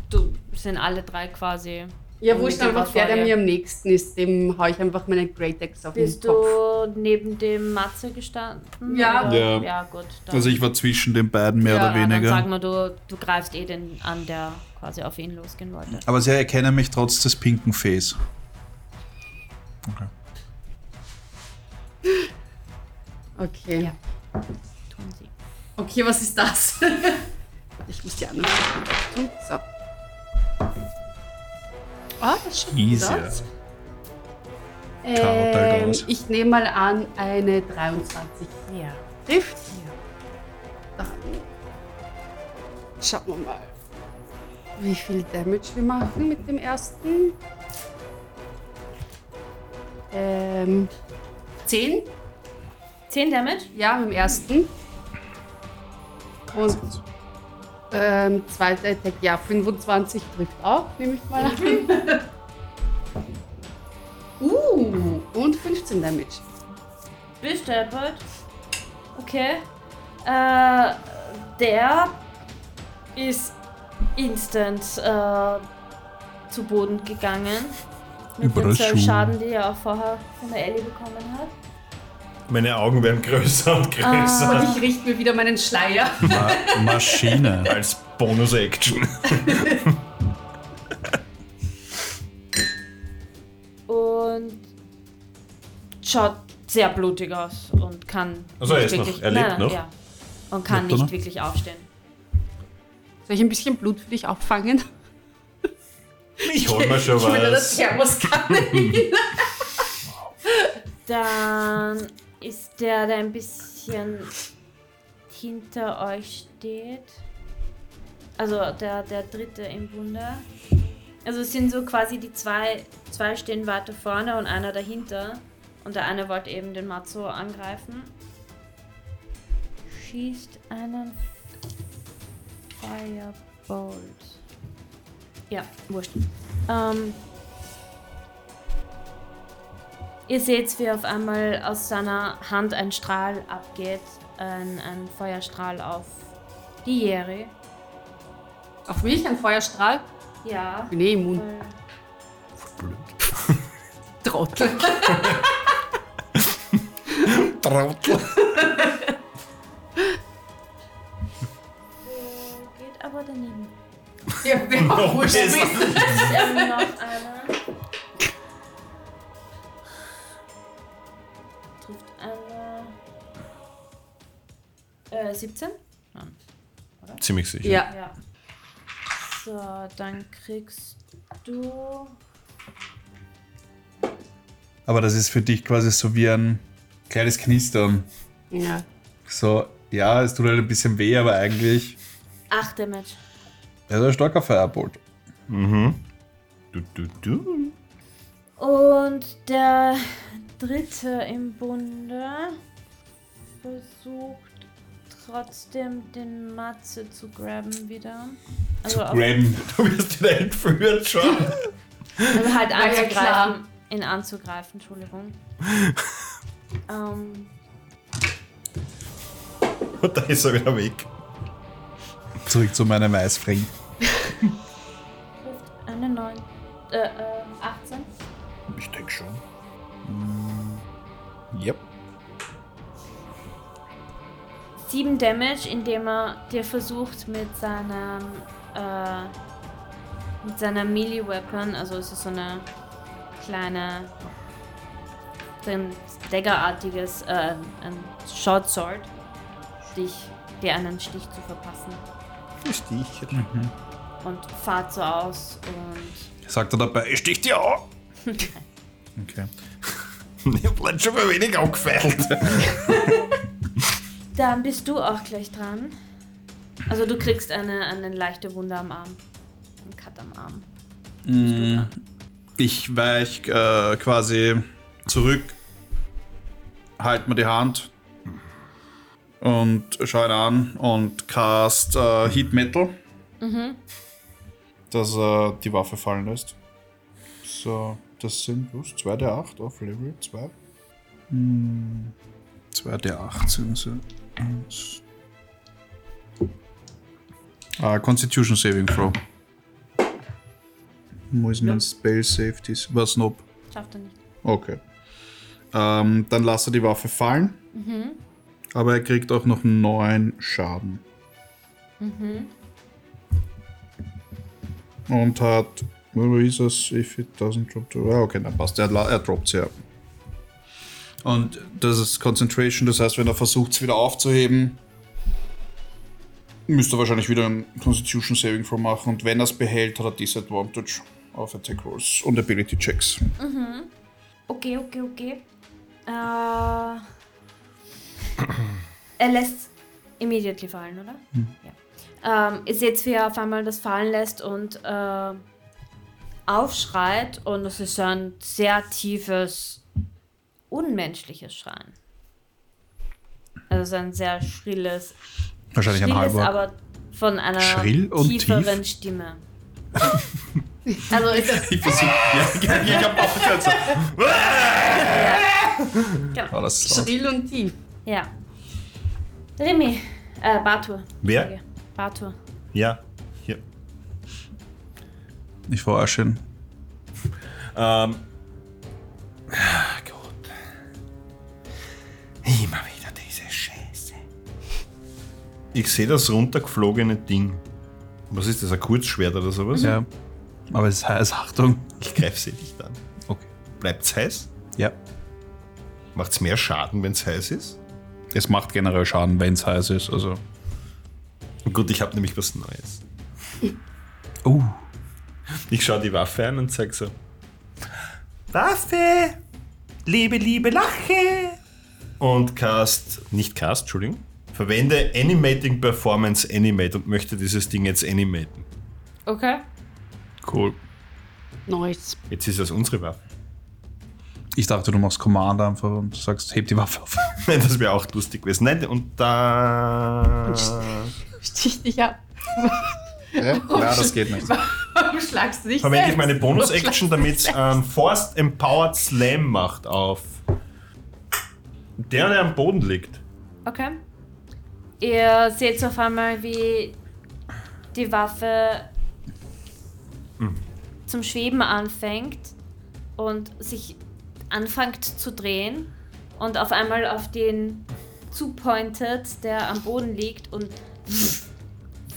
[SPEAKER 1] du sind alle drei quasi
[SPEAKER 4] Ja, wurscht
[SPEAKER 1] Unmittelbar
[SPEAKER 4] einfach der,
[SPEAKER 1] vor
[SPEAKER 4] der
[SPEAKER 1] dir.
[SPEAKER 4] mir am nächsten ist, dem haue ich einfach meine Great Axe auf
[SPEAKER 1] Bist
[SPEAKER 4] den Kopf.
[SPEAKER 1] du neben dem Matze gestanden?
[SPEAKER 4] Ja.
[SPEAKER 1] Oder?
[SPEAKER 3] Ja.
[SPEAKER 1] Ja, gut. Dann,
[SPEAKER 3] Also ich war zwischen den beiden mehr
[SPEAKER 1] ja,
[SPEAKER 3] oder
[SPEAKER 1] Dann sag
[SPEAKER 3] weniger.
[SPEAKER 1] mal, du, du greifst eh den an, der quasi auf ihn losgehen wollte.
[SPEAKER 3] Aber sie erkennen mich trotz des pinken Fees. Okay.
[SPEAKER 4] Okay.
[SPEAKER 1] Ja. Tun sie.
[SPEAKER 4] Okay, was ist das? ich muss die anderen Sachen tun. So. Ah, das schaut gut
[SPEAKER 3] Easy.
[SPEAKER 4] aus.
[SPEAKER 3] Tarot halt
[SPEAKER 4] Ähm,
[SPEAKER 3] aus.
[SPEAKER 4] ich nehme mal an, eine 23
[SPEAKER 1] Ja.
[SPEAKER 4] trifft. Dann schauen wir mal, wie viel Damage wir machen mit dem ersten. Ähm, 10?
[SPEAKER 1] 10 Damage?
[SPEAKER 4] Ja, mit dem ersten. Und ähm, zweiter Attack, ja, 25 trifft auch, nehme ich mal an. uh, und 15 Damage.
[SPEAKER 1] Bist deppert. Okay. Äh, der ist instant äh, zu Boden gegangen. Mit den
[SPEAKER 3] Überraschung.
[SPEAKER 1] 12 Schaden, die er auch vorher von der Ellie bekommen hat.
[SPEAKER 2] Meine Augen werden größer und größer
[SPEAKER 4] Und ich richte mir wieder meinen Schleier.
[SPEAKER 3] Ma Maschine.
[SPEAKER 2] als Bonus-Action.
[SPEAKER 1] und schaut sehr blutig aus und kann
[SPEAKER 2] Also er ist noch- er lebt noch?
[SPEAKER 1] Ja, und kann
[SPEAKER 3] Lebt er
[SPEAKER 1] nicht
[SPEAKER 3] noch?
[SPEAKER 1] wirklich aufstehen.
[SPEAKER 4] Soll ich ein bisschen Blut für dich auffangen?
[SPEAKER 2] Ich hol mir schon
[SPEAKER 4] Ich will nur
[SPEAKER 2] was.
[SPEAKER 4] das Thermoskanne hin.
[SPEAKER 1] Dann ist der, der ein bisschen hinter euch steht. Also der, der dritte im Bunde. Also es sind so quasi die zwei, zwei stehen weiter vorne und einer dahinter. Und der eine wollte eben den Matzo angreifen. Schießt einen Firebolt. Ja, wurscht. Ähm, Ihr seht, wie auf einmal aus seiner Hand ein Strahl abgeht, ein, ein Feuerstrahl auf die Jeri.
[SPEAKER 4] Auf mich ein Feuerstrahl?
[SPEAKER 1] Ja.
[SPEAKER 4] Nee, immun.
[SPEAKER 1] Weil-
[SPEAKER 4] Trottel.
[SPEAKER 2] Trottel.
[SPEAKER 1] Geht aber daneben.
[SPEAKER 4] Ja, wer auch
[SPEAKER 2] Noch
[SPEAKER 4] wurscht
[SPEAKER 2] besser.
[SPEAKER 4] ist.
[SPEAKER 1] Ähm, noch einer. Trifft einer. Äh, 17? Nein.
[SPEAKER 2] Ziemlich sicher.
[SPEAKER 4] Ja,
[SPEAKER 1] Ja. So, dann kriegst du.
[SPEAKER 3] Aber das ist für dich quasi so wie ein kleines Knistern.
[SPEAKER 4] ja.
[SPEAKER 3] So, ja, es tut halt ein bisschen weh, aber eigentlich
[SPEAKER 1] 8 Damage.
[SPEAKER 3] er ist ein starker Firebolt.
[SPEAKER 2] Du, du, du.
[SPEAKER 1] Und der dritte im Bunde versucht trotzdem den Matze zu graben wieder. Also auf-
[SPEAKER 3] Graham.
[SPEAKER 2] Du wirst wieder entführt schon.
[SPEAKER 1] also halt
[SPEAKER 4] ja klar.
[SPEAKER 1] anzugreifen. ihn anzugreifen, Entschuldigung. ähm,
[SPEAKER 2] Und da ist er wieder weg.
[SPEAKER 3] Zurück zu meinem Eisfring.
[SPEAKER 1] trifft eine 9. Äh, äh, 18.
[SPEAKER 3] Ich denke schon. Mm, Yep.
[SPEAKER 1] 7 Damage, indem er dir versucht mit seinem äh, mit seiner Melee Weapon, also es ist so eine kleine so ein Daggerartiges äh, ein Short Sword dich dir einen Stich zu verpassen
[SPEAKER 2] Stich.
[SPEAKER 1] und fahrt so aus und
[SPEAKER 3] Sagt er dabei, ich stich dir auch. okay.
[SPEAKER 2] Ich hab leider schon mal wenig angefeilt.
[SPEAKER 1] dann bist du auch gleich dran. Also du kriegst eine, eine leichte Wunde am Arm. Einen Cut am Arm. Bist du dran.
[SPEAKER 3] Ich weich äh, quasi zurück, halt mir die Hand und schau ihn an und cast äh, Heat Metal, dass er die Waffe fallen lässt. So, das sind plus 2d8 auf Level 2. Hm, 2d8 sind sie. Eins. Ah, Constitution Saving Throw. Wo ist mein Spell Safety? Was noch?
[SPEAKER 1] Schafft er nicht.
[SPEAKER 3] Okay. Ähm, dann lasst er die Waffe fallen. Aber er kriegt auch noch neun Schaden. Und hat. Where is it if it doesn't drop the. Ah, okay, dann passt. Er, la- er droppt sie ja. Und das ist Concentration, das heißt, wenn er versucht, es wieder aufzuheben, müsste er wahrscheinlich wieder ein Constitution Saving Throw machen. Und wenn er es behält, hat er Disadvantage auf Attack Rolls und Ability Checks.
[SPEAKER 1] Okay, okay, okay. Äh, er lässt immediately fallen, oder?
[SPEAKER 3] Hm.
[SPEAKER 1] Ja. Ähm, ihr seht, wie er auf einmal das fallen lässt und äh, aufschreit und es ist ein sehr tiefes, unmenschliches Schreien. Also es ist ein sehr schrilles,
[SPEAKER 3] Wahrscheinlich ein
[SPEAKER 1] schrilles
[SPEAKER 3] halber.
[SPEAKER 1] aber von einer
[SPEAKER 3] Schrill und
[SPEAKER 1] tieferen
[SPEAKER 3] tief?
[SPEAKER 1] Stimme. also es ist
[SPEAKER 3] Ich versuche. Ja, ich, ich habe auch gehört. so,
[SPEAKER 1] genau,
[SPEAKER 3] Oh, das ist laut.
[SPEAKER 4] Schrill und tief.
[SPEAKER 1] Ja. Remy, äh, Bartur.
[SPEAKER 2] Wer?
[SPEAKER 1] Entschuldige. Bartur.
[SPEAKER 2] Ja, hier.
[SPEAKER 3] Ich verarsche ihn.
[SPEAKER 2] Ähm. Ah, Gott. Immer wieder diese Scheiße. Ich sehe das runtergeflogene Ding. Was ist das? Ein Kurzschwert oder sowas?
[SPEAKER 3] Ja. Aber es heißt Achtung.
[SPEAKER 2] Ich greife sie nicht an.
[SPEAKER 3] Okay.
[SPEAKER 2] Bleibt's heiß?
[SPEAKER 3] Ja.
[SPEAKER 2] Macht's mehr Schaden, wenn's heiß ist?
[SPEAKER 3] Es macht generell Schaden, wenn es heiß ist. Also.
[SPEAKER 2] Gut, ich habe nämlich was Neues.
[SPEAKER 3] Uh.
[SPEAKER 2] Ich schaue die Waffe an und sag so: Waffe! Lebe, liebe, lache! Und cast, nicht cast, Entschuldigung, verwende Animating Performance Animate und möchte dieses Ding jetzt animaten.
[SPEAKER 1] Okay.
[SPEAKER 3] Cool.
[SPEAKER 4] Neues.
[SPEAKER 2] Jetzt ist das unsere Waffe.
[SPEAKER 3] Ich dachte, du machst Command einfach und sagst, heb die Waffe auf.
[SPEAKER 2] Nein, das wäre auch lustig gewesen. Nein, und da.
[SPEAKER 4] Stich dich ab.
[SPEAKER 3] Ja, das geht nicht.
[SPEAKER 4] Warum schlagst du dich
[SPEAKER 2] Verwende ich
[SPEAKER 4] selbst?
[SPEAKER 2] meine Bonus-Action,
[SPEAKER 4] Warum
[SPEAKER 2] damit ähm, Forced Empowered Slam macht auf. Der, der am Boden liegt.
[SPEAKER 1] Okay. Ihr seht auf einmal, wie die Waffe zum Schweben anfängt und sich anfängt zu drehen und auf einmal auf den zupointet, der am Boden liegt und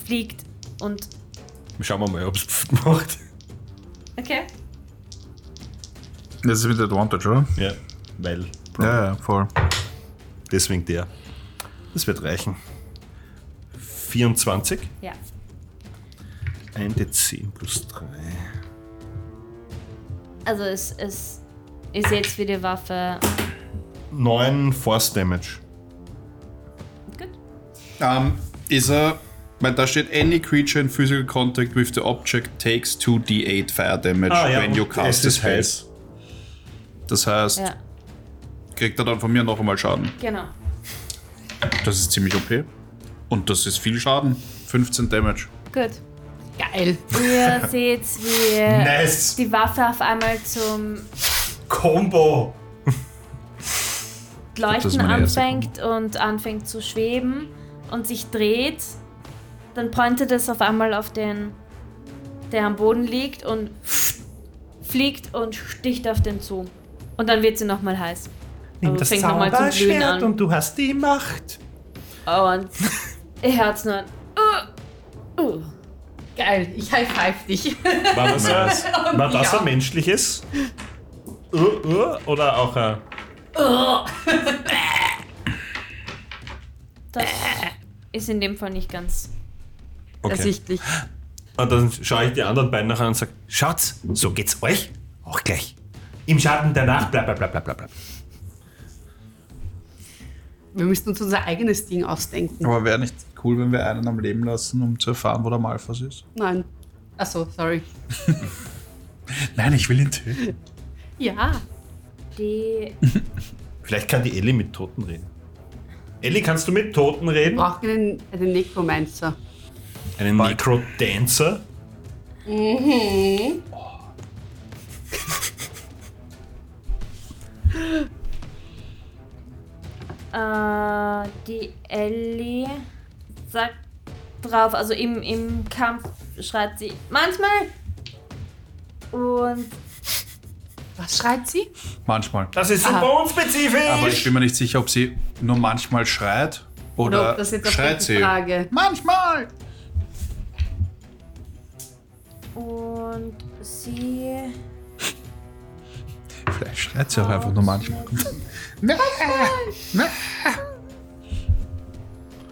[SPEAKER 1] fliegt und
[SPEAKER 2] Schauen wir mal, ob es macht.
[SPEAKER 1] okay.
[SPEAKER 3] Das ist mit Advantage, oder?
[SPEAKER 2] Ja, weil.
[SPEAKER 3] Ja, ja, voll.
[SPEAKER 2] Deswegen der. Das wird reichen. 24.
[SPEAKER 1] Ja.
[SPEAKER 2] 1d10 plus 3.
[SPEAKER 1] Also es ist ihr seht, wie die Waffe
[SPEAKER 2] 9 Force Damage.
[SPEAKER 1] Gut.
[SPEAKER 3] Ähm, ist er. Weil da steht, any creature in physical contact with the object takes 2d8 fire damage
[SPEAKER 2] Ah, ja,
[SPEAKER 3] when you
[SPEAKER 2] und
[SPEAKER 3] cast
[SPEAKER 2] es
[SPEAKER 3] the
[SPEAKER 2] ist
[SPEAKER 3] spell.
[SPEAKER 2] heiß.
[SPEAKER 3] Das heißt,
[SPEAKER 1] Ja,
[SPEAKER 3] kriegt er dann von mir noch einmal Schaden.
[SPEAKER 1] genau.
[SPEAKER 3] Das ist ziemlich OP. Und das ist viel Schaden. 15 Damage.
[SPEAKER 1] Gut.
[SPEAKER 4] Geil.
[SPEAKER 1] Ihr seht, wie
[SPEAKER 2] Nice!
[SPEAKER 1] die Waffe auf einmal zum
[SPEAKER 2] Combo!
[SPEAKER 1] Also Leuchten
[SPEAKER 3] das ist meine erste
[SPEAKER 1] anfängt und anfängt zu schweben und sich dreht. Dann pointet es auf einmal auf den, der am Boden liegt und fliegt und sticht auf den zu. Und dann wird sie nochmal heiß. Also fängt nochmal zu glühen an. Und,
[SPEAKER 2] du hast die Macht.
[SPEAKER 1] ihr hört's nur. Uh, uh.
[SPEAKER 4] Oh, Geil. Ich high-five dich.
[SPEAKER 2] War das,
[SPEAKER 3] Nice.
[SPEAKER 2] ein, war das
[SPEAKER 4] Ja.
[SPEAKER 2] ein menschliches? Uh, uh, oder auch ein.
[SPEAKER 1] Das ist in dem Fall nicht ganz.
[SPEAKER 4] Ersichtlich.
[SPEAKER 2] Und dann schaue ich die anderen beiden nachher an und sage: Schatz, so geht's euch? Auch gleich. Im Schatten der Nacht, bla bla bla bla bla. bla.
[SPEAKER 4] Wir müssen uns unser eigenes Ding ausdenken.
[SPEAKER 3] Aber wäre nicht cool, wenn wir einen am Leben lassen, um zu erfahren, wo der Malfas ist?
[SPEAKER 4] Nein. Achso, sorry.
[SPEAKER 3] Nein, ich will ihn töten.
[SPEAKER 4] Ja.
[SPEAKER 1] Die.
[SPEAKER 2] Vielleicht kann die Ellie mit Toten reden. Ellie, kannst du mit Toten
[SPEAKER 4] Wir
[SPEAKER 2] reden?
[SPEAKER 4] brauchen einen, einen Necromancer.
[SPEAKER 2] Einen Necrodancer?
[SPEAKER 1] Äh, die Ellie sagt drauf, also im, im Kampf schreit sie, manchmal Und
[SPEAKER 4] Was schreit sie?
[SPEAKER 3] Manchmal.
[SPEAKER 2] Das ist
[SPEAKER 4] Aha.
[SPEAKER 2] symptomspezifisch.
[SPEAKER 3] Aber ich bin mir nicht sicher, ob sie nur manchmal schreit
[SPEAKER 4] Oder
[SPEAKER 3] oder
[SPEAKER 4] ob das jetzt auf
[SPEAKER 3] schreit
[SPEAKER 4] die
[SPEAKER 3] sie.
[SPEAKER 4] Frage-
[SPEAKER 3] Manchmal!
[SPEAKER 1] Und sie.
[SPEAKER 3] Vielleicht schreit sie auch einfach nur manchmal.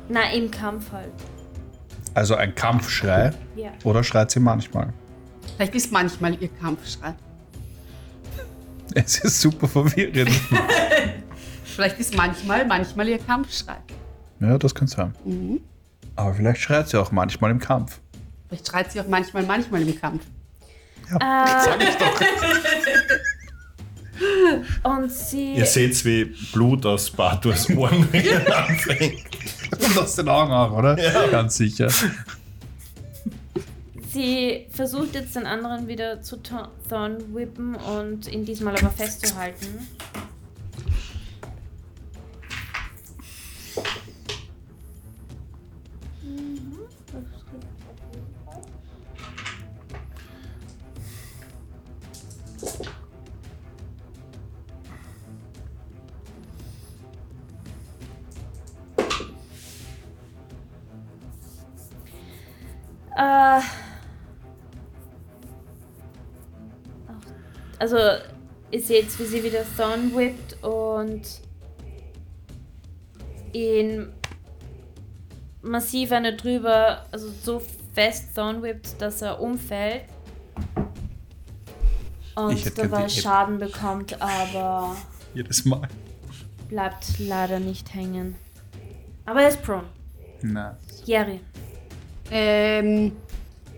[SPEAKER 1] Na, im Kampf halt.
[SPEAKER 3] Also ein Kampfschrei
[SPEAKER 1] Ja.
[SPEAKER 3] oder schreit sie manchmal?
[SPEAKER 4] Vielleicht ist manchmal ihr Kampfschrei.
[SPEAKER 3] Es ist super verwirrend.
[SPEAKER 4] Vielleicht ist manchmal, manchmal ihr Kampfschrei.
[SPEAKER 3] ja, das kann sein.
[SPEAKER 4] Mhm.
[SPEAKER 3] Aber vielleicht schreit sie auch manchmal im Kampf.
[SPEAKER 4] Vielleicht schreit sie auch manchmal, manchmal im Kampf.
[SPEAKER 1] Äh, Und sie.
[SPEAKER 2] Ihr seht, wie Blut aus Bartus Ohren anfängt.
[SPEAKER 3] Und aus den Augen auch, oder? Ganz sicher.
[SPEAKER 1] Sie versucht jetzt den anderen wieder zu Thorn- Thorn-whippen und ihn diesmal aber festzuhalten. Äh, also, ihr seht, wie sie wieder Thorn whippt und ihn massiv eine drüber, also so fest Thorn whippt, dass er umfällt.
[SPEAKER 3] Ich hätte
[SPEAKER 1] Und
[SPEAKER 3] gern
[SPEAKER 1] dabei
[SPEAKER 3] die App.
[SPEAKER 1] Schaden bekommt, aber
[SPEAKER 3] Jedes Mal.
[SPEAKER 1] bleibt leider nicht hängen. Aber er ist prone.
[SPEAKER 3] Na.
[SPEAKER 1] Jerry.
[SPEAKER 4] Ähm,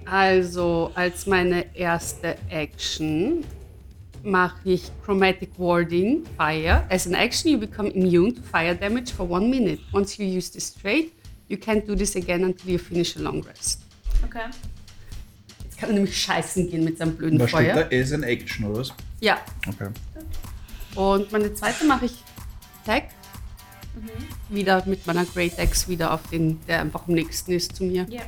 [SPEAKER 4] also, als meine erste Action mache ich Chromatic Warding Fire. As an action, you become immune to fire damage for one minute. Once you use this trait, you can't do this again until you finish a long rest.
[SPEAKER 1] Okay.
[SPEAKER 4] Jetzt kann man nämlich scheißen gehen mit seinem blöden Feuer.
[SPEAKER 3] Is in Action, oder was?
[SPEAKER 4] Ja,
[SPEAKER 3] Okay.
[SPEAKER 4] und meine zweite mache ich Tag. Wieder mit meiner Great Axe wieder auf den, der einfach am nächsten ist zu mir.
[SPEAKER 1] Ja.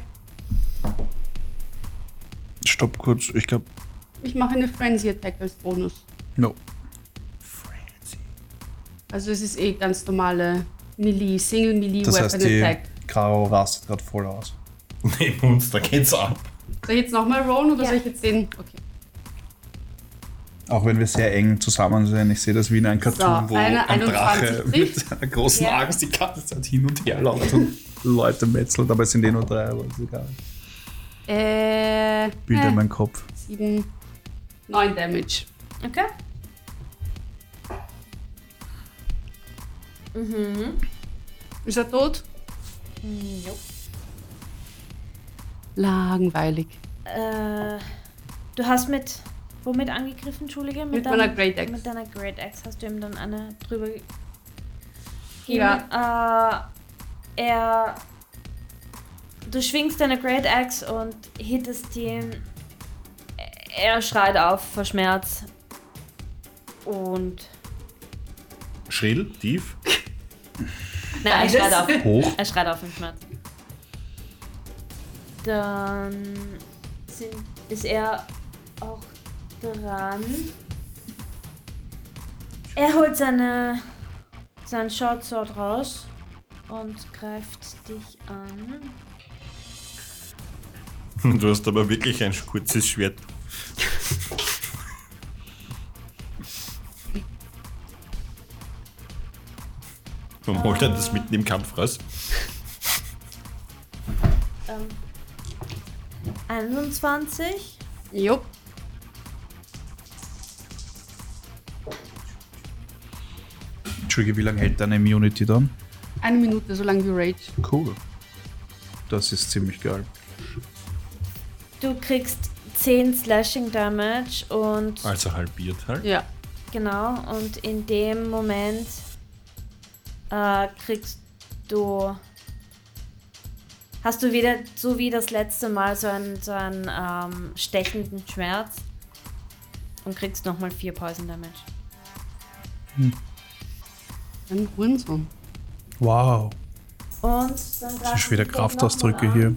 [SPEAKER 3] Stopp kurz, ich glaube.
[SPEAKER 4] Ich mache eine Frenzy Attack als Bonus.
[SPEAKER 3] No.
[SPEAKER 4] Also es ist eh ganz normale Melee, Single Melee
[SPEAKER 3] Das
[SPEAKER 4] Weapon
[SPEAKER 3] heißt, die
[SPEAKER 4] Attack.
[SPEAKER 3] Karo rastet gerade voll aus.
[SPEAKER 2] Neben uns, da geht's ab.
[SPEAKER 4] Soll ich jetzt nochmal rollen oder
[SPEAKER 1] Ja.
[SPEAKER 4] soll ich jetzt den? Okay.
[SPEAKER 3] Auch wenn wir sehr eng zusammen sind, ich sehe das wie in einem Cartoon,
[SPEAKER 4] So,
[SPEAKER 3] wo
[SPEAKER 4] eine
[SPEAKER 3] ein
[SPEAKER 4] 21
[SPEAKER 3] Drache
[SPEAKER 4] trifft.
[SPEAKER 3] mit einer großen
[SPEAKER 1] Ja.
[SPEAKER 3] Angst die ganze Zeit hin und her läuft und Leute metzelt, aber es sind eh nur drei, aber ist egal.
[SPEAKER 4] Äh,
[SPEAKER 3] Bilder in
[SPEAKER 4] äh,
[SPEAKER 3] meinem Kopf.
[SPEAKER 4] sieben, neun Damage.
[SPEAKER 1] Okay.
[SPEAKER 4] Ist er tot?
[SPEAKER 1] Jo.
[SPEAKER 4] Langweilig.
[SPEAKER 1] Äh, du hast mit womit angegriffen, Entschuldige?
[SPEAKER 4] Mit meiner Great Axe.
[SPEAKER 1] Mit deiner Great Axe hast du ihm dann eine drüber gegeben.
[SPEAKER 4] Ja.
[SPEAKER 1] Äh, er. Du schwingst deine Great Axe und hittest ihn. Er schreit auf vor Schmerz. Und.
[SPEAKER 2] Schrill, tief.
[SPEAKER 1] Nein, er schreit
[SPEAKER 4] Beides.
[SPEAKER 1] auf.
[SPEAKER 3] Hoch.
[SPEAKER 1] Er schreit auf im Schmerz. Dann sind, ist er auch dran. Er holt seine, sein Short Sword raus und greift dich an.
[SPEAKER 2] Du hast aber wirklich ein kurzes Schwert. Warum holt er das mitten im Kampf raus?
[SPEAKER 1] Ähm, 21
[SPEAKER 4] Jupp.
[SPEAKER 3] Entschuldige, wie lange hält deine Immunity dann?
[SPEAKER 4] Eine Minute, so lange wie Rage.
[SPEAKER 3] Cool. Das ist ziemlich geil.
[SPEAKER 1] Du kriegst 10 Slashing Damage und
[SPEAKER 2] Also halbiert halt.
[SPEAKER 4] Ja.
[SPEAKER 1] genau, und in dem Moment äh, kriegst du hast du wieder so wie das letzte Mal so einen, so einen ähm, stechenden Schmerz und kriegst nochmal 4 Poison Damage.
[SPEAKER 4] Ein Hurensohn.
[SPEAKER 3] Wow.
[SPEAKER 1] Und dann
[SPEAKER 3] Das
[SPEAKER 1] greifen
[SPEAKER 3] ist wieder
[SPEAKER 1] sie dich noch mal
[SPEAKER 3] Kraftausdrücke
[SPEAKER 1] an.
[SPEAKER 3] hier.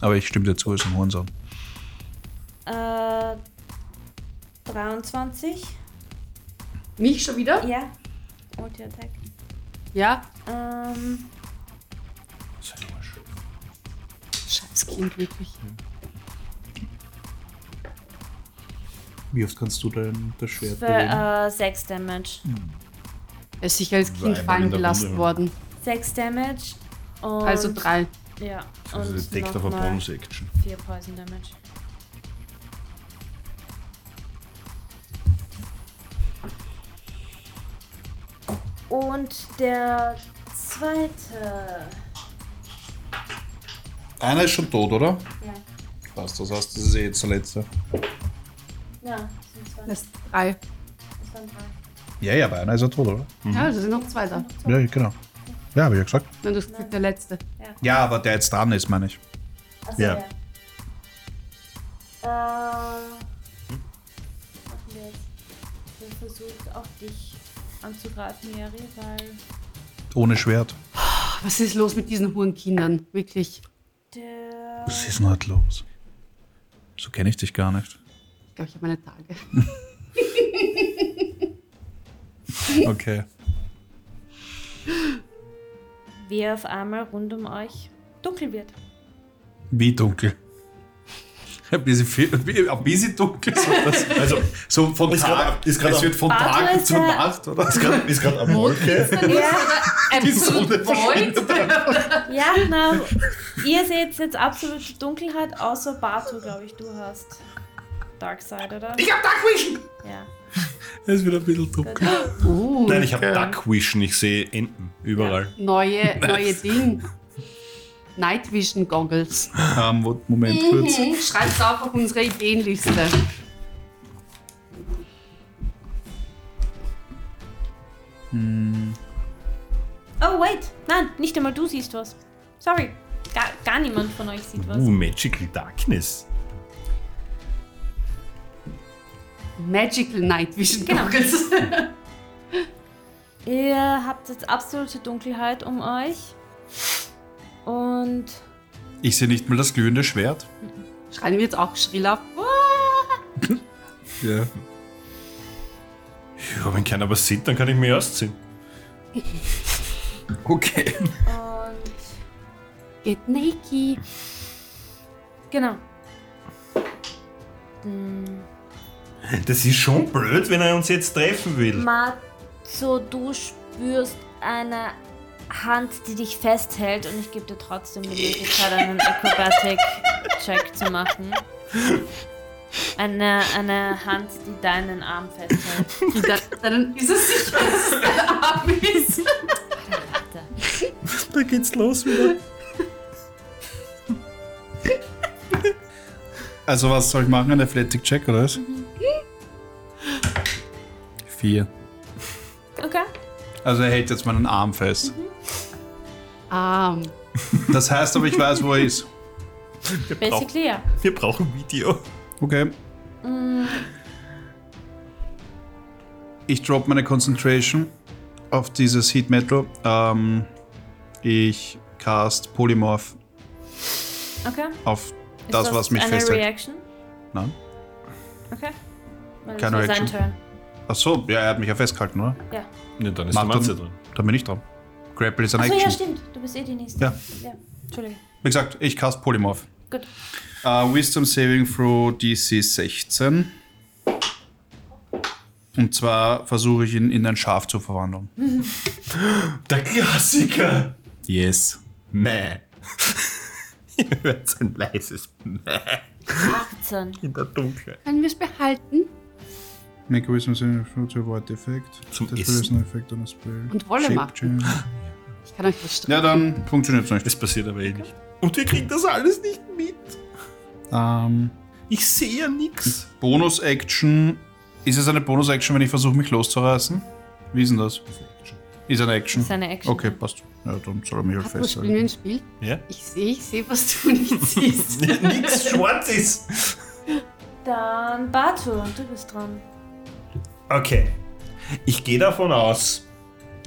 [SPEAKER 3] Aber ich stimme dir zu, ist ein Hurensohn.
[SPEAKER 1] Äh, 23.
[SPEAKER 4] Mich schon wieder?
[SPEAKER 1] Ja. Multi-Attack.
[SPEAKER 4] Ja.
[SPEAKER 1] Ähm,
[SPEAKER 4] Scheiß Kind, wirklich.
[SPEAKER 5] Wie oft kannst du dein das Schwert
[SPEAKER 1] für,
[SPEAKER 5] bewegen?
[SPEAKER 1] äh, 6 Damage.
[SPEAKER 4] Er ist sicher als
[SPEAKER 2] War
[SPEAKER 4] Kind
[SPEAKER 2] einmal in
[SPEAKER 4] fallen
[SPEAKER 2] der
[SPEAKER 4] gelassen
[SPEAKER 2] Runde.
[SPEAKER 4] worden.
[SPEAKER 1] 6 Damage. Und
[SPEAKER 4] Also drei.
[SPEAKER 1] Ja.
[SPEAKER 2] Also
[SPEAKER 1] Und
[SPEAKER 2] deckt auf eine
[SPEAKER 1] nochmal
[SPEAKER 2] Bonus-Action.
[SPEAKER 1] 4 Poison Damage. Und der zweite.
[SPEAKER 3] Einer ist schon tot, oder?
[SPEAKER 1] Ja.
[SPEAKER 3] Passt, das heißt, das ist eh jetzt der letzte.
[SPEAKER 1] Ja, das sind zwei.
[SPEAKER 4] Das drei.
[SPEAKER 1] Das waren drei.
[SPEAKER 5] Ja, ja, aber einer ist ja tot, oder?
[SPEAKER 3] Mhm.
[SPEAKER 4] Ja, da sind noch zwei da.
[SPEAKER 5] Ja, ja, genau. Ja, habe ich ja gesagt.
[SPEAKER 4] Nein, das ist der letzte.
[SPEAKER 5] Ja, aber der jetzt dran ist, meine ich.
[SPEAKER 1] Achso,
[SPEAKER 2] Ja.
[SPEAKER 1] ja. Äh, machen wir jetzt. Der versucht auch dich anzugreifen, Jerry, weil
[SPEAKER 5] Ohne Schwert.
[SPEAKER 4] Was ist los mit diesen hohen Kindern? Wirklich.
[SPEAKER 1] der.
[SPEAKER 5] Was ist denn halt los? So kenne ich dich gar nicht.
[SPEAKER 4] Ich glaube, ich habe meine Tage.
[SPEAKER 3] Okay.
[SPEAKER 1] Wie auf einmal rund um euch dunkel wird.
[SPEAKER 3] Wie dunkel? Ein bisschen, viel, ein bisschen dunkel. So, das,
[SPEAKER 2] Also,
[SPEAKER 3] so von
[SPEAKER 2] Ist
[SPEAKER 3] Tag,
[SPEAKER 2] grad- ist grad
[SPEAKER 3] es
[SPEAKER 2] am-
[SPEAKER 3] wird von
[SPEAKER 1] Arthur
[SPEAKER 3] Tag
[SPEAKER 1] ist
[SPEAKER 3] zu
[SPEAKER 1] ja-
[SPEAKER 3] Nacht, oder?
[SPEAKER 2] ist gerade ist grad eine Wolke.
[SPEAKER 3] Die Sonne
[SPEAKER 1] Ja, na, ihr seht jetzt absolute Dunkelheit, außer Bartu, glaube ich, du hast Darkseid, oder? Ich hab Darkvision! Ja.
[SPEAKER 3] Es wird ein bisschen dunkel.
[SPEAKER 4] Uh,
[SPEAKER 2] Nein, ich habe Duckwish, ich sehe Enten überall.
[SPEAKER 4] neue, neue Ding. Night Vision Goggles.
[SPEAKER 3] Ähm, wo- Moment kurz.
[SPEAKER 4] Schreibt's auf auf unsere Ideenliste.
[SPEAKER 1] Oh, wait! Nein, nicht einmal du siehst was. Sorry. Gar, gar niemand von euch sieht was.
[SPEAKER 2] Uh, Magical Darkness.
[SPEAKER 4] Magical Night Vision
[SPEAKER 1] Genau.
[SPEAKER 4] Goggles.
[SPEAKER 1] Ihr habt jetzt absolute Dunkelheit um euch. Und
[SPEAKER 3] Ich sehe nicht mal das glühende Schwert.
[SPEAKER 4] Schreien wir jetzt auch schrill auf.
[SPEAKER 3] Ja.
[SPEAKER 2] Ja, wenn keiner was sieht, dann kann ich mich ausziehen.
[SPEAKER 3] Okay.
[SPEAKER 1] Und
[SPEAKER 4] Get naked.
[SPEAKER 1] genau.
[SPEAKER 2] Das ist schon blöd, wenn er uns jetzt treffen will.
[SPEAKER 1] Matzo, du spürst eine Hand, die dich festhält und ich gebe dir trotzdem die Möglichkeit, einen Acrobatic-Check zu machen. Eine, eine Hand, die deinen Arm festhält.
[SPEAKER 4] Die Da, dann ist es sicher, dass es dein Arm ist.
[SPEAKER 2] Da geht's los wieder.
[SPEAKER 3] Also was soll ich machen? Ein Athletic Check oder was?
[SPEAKER 1] Mhm.
[SPEAKER 3] Vier.
[SPEAKER 1] Okay.
[SPEAKER 3] Also er hält jetzt meinen Arm fest.
[SPEAKER 4] Arm.
[SPEAKER 3] Das heißt aber, ich weiß, wo er ist.
[SPEAKER 1] Basically, ja.
[SPEAKER 2] Wir brauchen Video.
[SPEAKER 3] Okay. Mm. Ich drop meine Concentration auf dieses Heat Metal. Ähm, ich cast Polymorph
[SPEAKER 1] Okay. Ist
[SPEAKER 3] auf das, was mich
[SPEAKER 1] eine
[SPEAKER 3] festhält.
[SPEAKER 1] Reaction?
[SPEAKER 3] Nein.
[SPEAKER 1] Okay. Weil das
[SPEAKER 3] Keine
[SPEAKER 1] war sein
[SPEAKER 3] Reaction.
[SPEAKER 1] Turn.
[SPEAKER 3] Ach so, ja, er hat mich ja festgehalten, oder?
[SPEAKER 1] Ja.
[SPEAKER 2] Ja, dann ist
[SPEAKER 3] Mach
[SPEAKER 2] der
[SPEAKER 3] dann,
[SPEAKER 2] Matze dran.
[SPEAKER 3] dann bin ich dran. Grapple ist eine
[SPEAKER 1] Achso, ja,
[SPEAKER 3] Action.
[SPEAKER 1] stimmt. Du bist eh die Nächste.
[SPEAKER 3] Ja.
[SPEAKER 1] ja. Entschuldige.
[SPEAKER 3] Wie gesagt, ich cast Polymorph.
[SPEAKER 1] Gut.
[SPEAKER 3] Äh, Wisdom Saving Throw DC 16. Und zwar versuche ich ihn in ein Schaf zu verwandeln.
[SPEAKER 2] Der Klassiker.
[SPEAKER 3] Yes.
[SPEAKER 2] Mäh. Ihr hört so ein leises Mäh
[SPEAKER 1] 18.
[SPEAKER 2] in der Dunkelheit.
[SPEAKER 4] Können wir es behalten?
[SPEAKER 3] Make a Wisdom Saving Throw to avoid the effect.
[SPEAKER 2] Zum
[SPEAKER 3] Das
[SPEAKER 2] Essen.
[SPEAKER 3] produces an effect on a spell.
[SPEAKER 4] Und Wolle
[SPEAKER 3] Shape
[SPEAKER 4] machen.
[SPEAKER 3] change.
[SPEAKER 4] Ich kann euch was streiten.
[SPEAKER 3] Ja, dann funktioniert's nicht.
[SPEAKER 2] Das passiert aber eh nicht. Und wir kriegen das alles nicht mit.
[SPEAKER 3] Ähm,
[SPEAKER 2] Ich sehe ja nix.
[SPEAKER 3] Bonus-Action. Ist es eine Bonus-Action, wenn ich versuche, mich loszureißen? Wie ist denn das? Ist eine Action.
[SPEAKER 1] Ist eine Action,
[SPEAKER 3] Okay,
[SPEAKER 1] ja.
[SPEAKER 3] passt. Ja, dann soll er mich halt
[SPEAKER 4] Hat- wo spielen wir
[SPEAKER 3] festhalten.
[SPEAKER 4] ein Spiel?
[SPEAKER 2] Ja?
[SPEAKER 4] Ich sehe, ich sehe, was du nicht siehst.
[SPEAKER 2] Nix Schwarzes.
[SPEAKER 1] Dann Batu, du bist dran.
[SPEAKER 2] Okay. Ich gehe davon aus,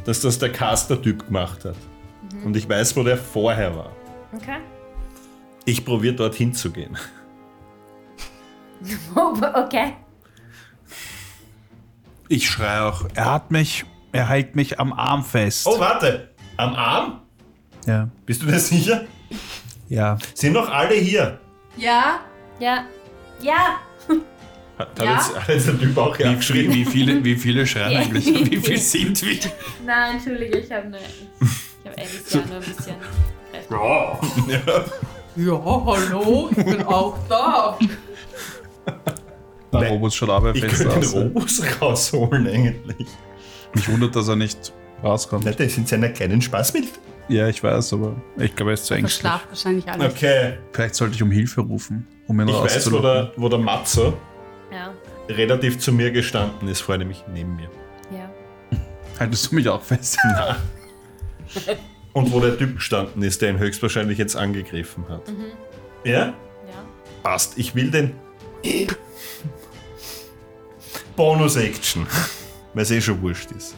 [SPEAKER 2] dass das der Caster-Typ gemacht hat. Und ich weiß, wo der vorher war.
[SPEAKER 1] Okay.
[SPEAKER 2] Ich probiere dorthin zu gehen.
[SPEAKER 1] okay.
[SPEAKER 3] Ich schreie auch. Er hat mich, er hält mich am Arm fest.
[SPEAKER 2] Oh, warte. Am Arm?
[SPEAKER 3] Ja.
[SPEAKER 2] Bist du dir sicher?
[SPEAKER 3] Ja.
[SPEAKER 2] Sind noch alle hier?
[SPEAKER 6] Ja,
[SPEAKER 1] Ja. Ja.
[SPEAKER 2] Hat,
[SPEAKER 6] Ja.
[SPEAKER 2] jetzt, hat jetzt der Typ auch ja
[SPEAKER 3] Wie,
[SPEAKER 2] geschrieben.
[SPEAKER 3] wie, viele, wie viele schreien
[SPEAKER 1] Ja.
[SPEAKER 3] eigentlich? Wie viele sind wir?
[SPEAKER 6] nein, entschuldige, ich habe ne, ich habe eigentlich ja nur ein bisschen.
[SPEAKER 2] Ja.
[SPEAKER 4] Ja, hallo, ich bin auch da.
[SPEAKER 3] Der
[SPEAKER 2] Nein.
[SPEAKER 3] Robus schaut aber
[SPEAKER 2] Ich
[SPEAKER 3] fest
[SPEAKER 2] könnte den
[SPEAKER 3] aus.
[SPEAKER 2] Robus rausholen eigentlich.
[SPEAKER 3] Mich wundert, dass er nicht rauskommt.
[SPEAKER 2] Na, das sind seine kleinen Spaßmittel.
[SPEAKER 3] Ja, ich weiß, aber ich glaube, er ist zu ängstlich.
[SPEAKER 4] Verschlaft wahrscheinlich alles.
[SPEAKER 2] Okay.
[SPEAKER 3] Vielleicht sollte ich um Hilfe rufen, um ihn
[SPEAKER 2] Ich weiß, wo
[SPEAKER 3] rauszulocken.
[SPEAKER 2] der, wo der Matze
[SPEAKER 1] Ja.
[SPEAKER 2] relativ zu mir gestanden ist, vor nämlich neben mir.
[SPEAKER 1] Ja.
[SPEAKER 3] Haltest du mich auch fest?
[SPEAKER 2] Und wo der Typ gestanden ist, der ihn höchstwahrscheinlich jetzt angegriffen hat. Ja?
[SPEAKER 1] Ja.
[SPEAKER 2] Passt, ich will den Bonus-Action, weil es eh schon wurscht ist.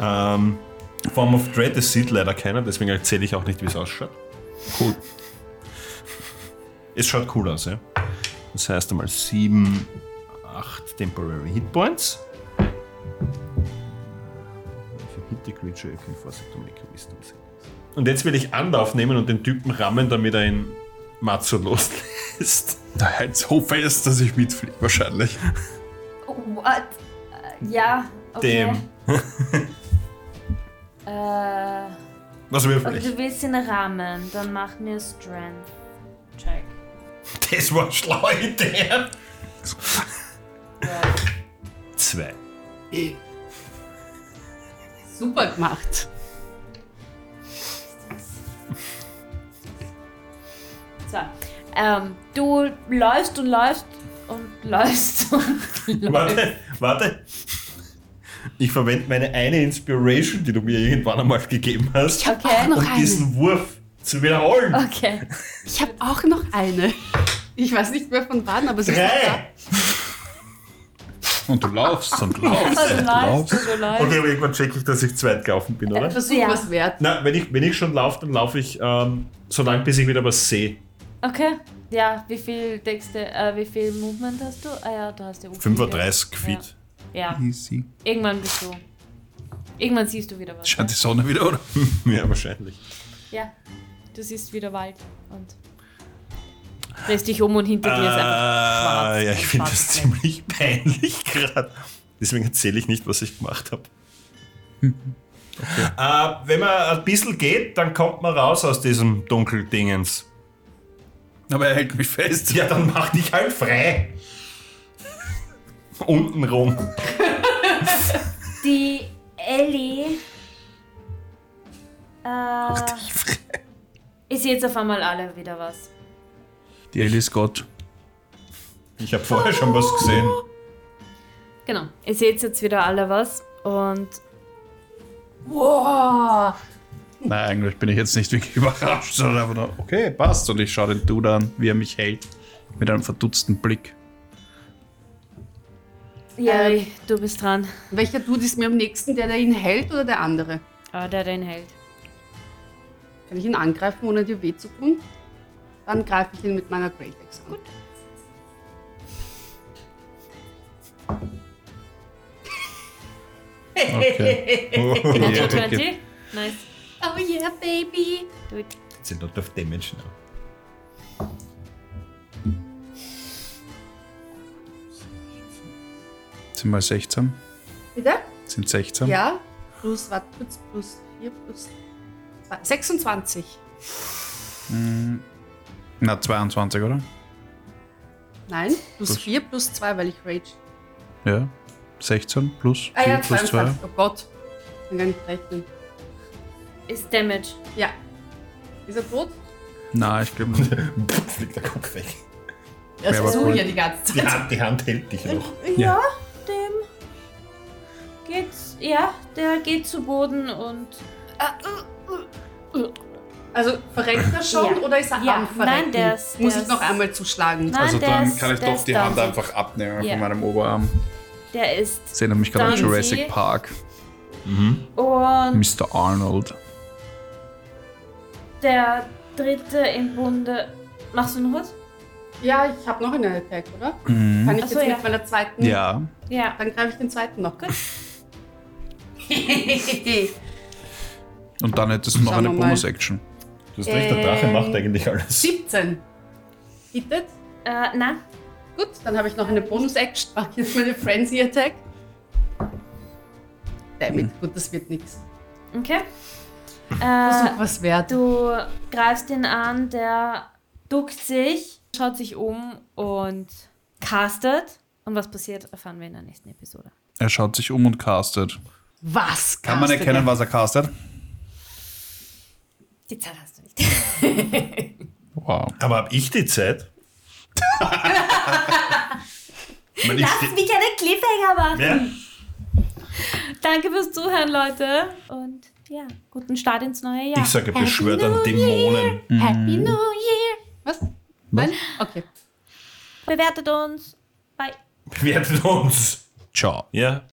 [SPEAKER 2] Ähm, Form of Dread, es sieht leider keiner, deswegen erzähle ich auch nicht, wie es ausschaut. Cool. Es schaut cool aus, ja. Das heißt einmal 7, 8 Temporary Hit Points. Hit the creature, you can force it to make a wisdom saving throw. um Und jetzt will ich Anlauf nehmen und den Typen rammen, damit er ihn Matzo loslässt.
[SPEAKER 3] Der hält so fest, dass ich mitfliege, wahrscheinlich.
[SPEAKER 1] Oh, What? Äh, Ja. Okay.
[SPEAKER 2] Dem.
[SPEAKER 1] Äh,
[SPEAKER 2] Was würfel
[SPEAKER 1] und
[SPEAKER 2] ich?
[SPEAKER 1] du willst ihn rahmen, dann mach mir Strength. Check.
[SPEAKER 2] Das war eine schlaue Idee. Zwei.
[SPEAKER 4] Super gemacht.
[SPEAKER 1] So. Ähm, du läufst und läufst und läufst und läufst.
[SPEAKER 2] Warte, warte. Ich verwende meine eine Inspiration, die du mir irgendwann einmal gegeben hast,
[SPEAKER 1] Okay.
[SPEAKER 4] Noch
[SPEAKER 2] um
[SPEAKER 4] eine.
[SPEAKER 2] diesen Wurf zu wiederholen.
[SPEAKER 1] Okay.
[SPEAKER 4] Ich habe auch noch eine. Ich weiß nicht mehr von wann, aber sie da.
[SPEAKER 2] Drei.
[SPEAKER 3] Und du laufst und
[SPEAKER 1] Und
[SPEAKER 3] laufst.
[SPEAKER 1] du läufst und du läufst.
[SPEAKER 2] Okay, aber irgendwann checke ich, dass ich zweit gelaufen bin, oder?
[SPEAKER 4] Versuch
[SPEAKER 1] Ja.
[SPEAKER 4] was wert.
[SPEAKER 2] Na, wenn ich, wenn ich schon laufe, dann laufe ich ähm, so lange, bis ich wieder was sehe.
[SPEAKER 1] Okay. Ja, wie viel denkst du, äh, wie viel Movement hast du? Ah ja, du hast ja Ufo.
[SPEAKER 2] Feet.
[SPEAKER 1] Ja. ja,
[SPEAKER 3] Easy.
[SPEAKER 1] irgendwann bist du. Irgendwann siehst du wieder was. ne?
[SPEAKER 3] Scheint die Sonne wieder, oder?
[SPEAKER 2] Ja, wahrscheinlich.
[SPEAKER 1] Ja. Du siehst wieder Wald und drehst dich um und hinter dir ist einfach
[SPEAKER 2] Ah,
[SPEAKER 1] schwarz.
[SPEAKER 2] ja, ich finde das
[SPEAKER 1] Schwarzes Fleck.
[SPEAKER 2] ziemlich peinlich gerade. Deswegen erzähle ich nicht, was ich gemacht habe. Äh, wenn man ein bisschen geht, dann kommt man raus aus diesem Dunkeldingens.
[SPEAKER 3] Aber er hält mich fest.
[SPEAKER 2] Ja, dann mach dich halt frei. Unten rum.
[SPEAKER 1] Die Ellie äh, ist jetzt auf einmal alle wieder was.
[SPEAKER 3] Die Ellie ist Gott.
[SPEAKER 2] Ich habe vorher schon was gesehen.
[SPEAKER 1] Genau. Ihr seht jetzt wieder alle was und
[SPEAKER 6] Wow.
[SPEAKER 3] Nein, eigentlich bin ich jetzt nicht wirklich überrascht, sondern einfach nur, okay, passt. Und ich schaue den Dude an, wie er mich hält. Mit einem verdutzten Blick.
[SPEAKER 1] Jerry, äh, du bist dran.
[SPEAKER 4] Welcher Dude ist mir am nächsten, der, der ihn hält oder der andere?
[SPEAKER 1] Ah, der den hält.
[SPEAKER 4] Kann ich ihn angreifen, ohne dir weh zu tun? Dann greife ich ihn mit meiner Great Axe an. Gut.
[SPEAKER 3] Okay.
[SPEAKER 1] Natural
[SPEAKER 3] Ja,
[SPEAKER 1] 20? Nice.
[SPEAKER 6] Oh yeah, baby.
[SPEAKER 1] Gut.
[SPEAKER 2] It's a lot of damage now.
[SPEAKER 3] Sind wir 16?
[SPEAKER 4] Bitte?
[SPEAKER 3] Sind 16?
[SPEAKER 4] Ja. Plus, was? Plus, plus 4, plus zwei- 26.
[SPEAKER 3] Na, 22, oder?
[SPEAKER 4] Nein, plus
[SPEAKER 3] Plus-
[SPEAKER 4] 4, plus 2, weil ich Rage.
[SPEAKER 3] Ja. 16 plus 4
[SPEAKER 4] Ah ja,
[SPEAKER 3] plus 2.
[SPEAKER 4] 22. Oh Gott. Ich kann gar nicht rechnen.
[SPEAKER 1] Ist Damage.
[SPEAKER 4] Ja. Ist er tot?
[SPEAKER 3] Nein, ich glaube nicht.
[SPEAKER 2] Pff, Fliegt der Kopf weg.
[SPEAKER 4] Er
[SPEAKER 3] aber
[SPEAKER 4] ist so
[SPEAKER 3] cool.
[SPEAKER 4] hier die ganze Zeit.
[SPEAKER 2] Die Hand, die Hand hält dich noch.
[SPEAKER 3] Ja.
[SPEAKER 1] Dem geht's. Ja, der geht zu Boden und.
[SPEAKER 4] Also verrenkt er schon
[SPEAKER 1] Ja.
[SPEAKER 4] oder ist er
[SPEAKER 1] Ja.
[SPEAKER 4] am Verrenken?
[SPEAKER 1] Nein, der ist-
[SPEAKER 4] Muss
[SPEAKER 1] der
[SPEAKER 4] ich noch
[SPEAKER 1] ist-
[SPEAKER 4] einmal zuschlagen?
[SPEAKER 1] Nein,
[SPEAKER 3] Also
[SPEAKER 1] der
[SPEAKER 3] dann
[SPEAKER 1] ist-
[SPEAKER 3] kann ich
[SPEAKER 1] der
[SPEAKER 3] doch
[SPEAKER 1] ist
[SPEAKER 3] die Hand
[SPEAKER 1] down.
[SPEAKER 3] einfach abnehmen
[SPEAKER 1] Ja.
[SPEAKER 3] von meinem Oberarm.
[SPEAKER 1] Der ist.
[SPEAKER 3] Das erinnert mich gerade an
[SPEAKER 1] Dann
[SPEAKER 3] Jurassic
[SPEAKER 1] sie-
[SPEAKER 3] Park.
[SPEAKER 1] Und
[SPEAKER 3] Mr. Arnold.
[SPEAKER 1] der dritte im Bunde. Machst du noch was?
[SPEAKER 4] Ja, ich habe noch eine Attack, oder?
[SPEAKER 2] Mhm.
[SPEAKER 4] Kann ich
[SPEAKER 1] Ach so,
[SPEAKER 4] jetzt
[SPEAKER 1] ja.
[SPEAKER 4] mit meiner zweiten?
[SPEAKER 3] Ja.
[SPEAKER 1] Ja.
[SPEAKER 4] Dann greife ich den zweiten noch. Gut.
[SPEAKER 3] Und dann hättest du noch
[SPEAKER 4] Schauen
[SPEAKER 3] eine
[SPEAKER 4] wir mal.
[SPEAKER 3] Bonus-Action.
[SPEAKER 2] Du hast recht, der Drache
[SPEAKER 4] Ähm,
[SPEAKER 2] macht eigentlich alles.
[SPEAKER 4] 17. Hittet.
[SPEAKER 1] Äh, na,
[SPEAKER 4] Gut, dann habe ich noch eine Bonus-Action. Mach jetzt meine Frenzy-Attack. Damit, gut, das wird nichts.
[SPEAKER 1] okay.
[SPEAKER 4] Versuch
[SPEAKER 1] Äh,
[SPEAKER 4] was wert.
[SPEAKER 1] du greifst ihn an, der duckt sich, schaut sich um und castet. Und was passiert, erfahren wir in der nächsten Episode.
[SPEAKER 3] Er schaut sich um und castet.
[SPEAKER 4] Was?
[SPEAKER 3] Kann man
[SPEAKER 4] castet
[SPEAKER 3] erkennen,
[SPEAKER 4] er?
[SPEAKER 3] was er castet?
[SPEAKER 1] Die Zeit hast du nicht.
[SPEAKER 3] Wow.
[SPEAKER 2] Aber hab ich die Zeit? ich meine, ich
[SPEAKER 1] Lass mich eine Cliffhanger machen.
[SPEAKER 2] ja,
[SPEAKER 1] Danke fürs Zuhören, Leute. Und ja, guten Start ins neue Jahr.
[SPEAKER 2] ich sage, beschwört an Dämonen.
[SPEAKER 4] Happy New Year. Was? Nein? Okay.
[SPEAKER 1] Bewertet uns. Bye.
[SPEAKER 2] Bewertet uns.
[SPEAKER 3] Ciao.
[SPEAKER 2] Ja,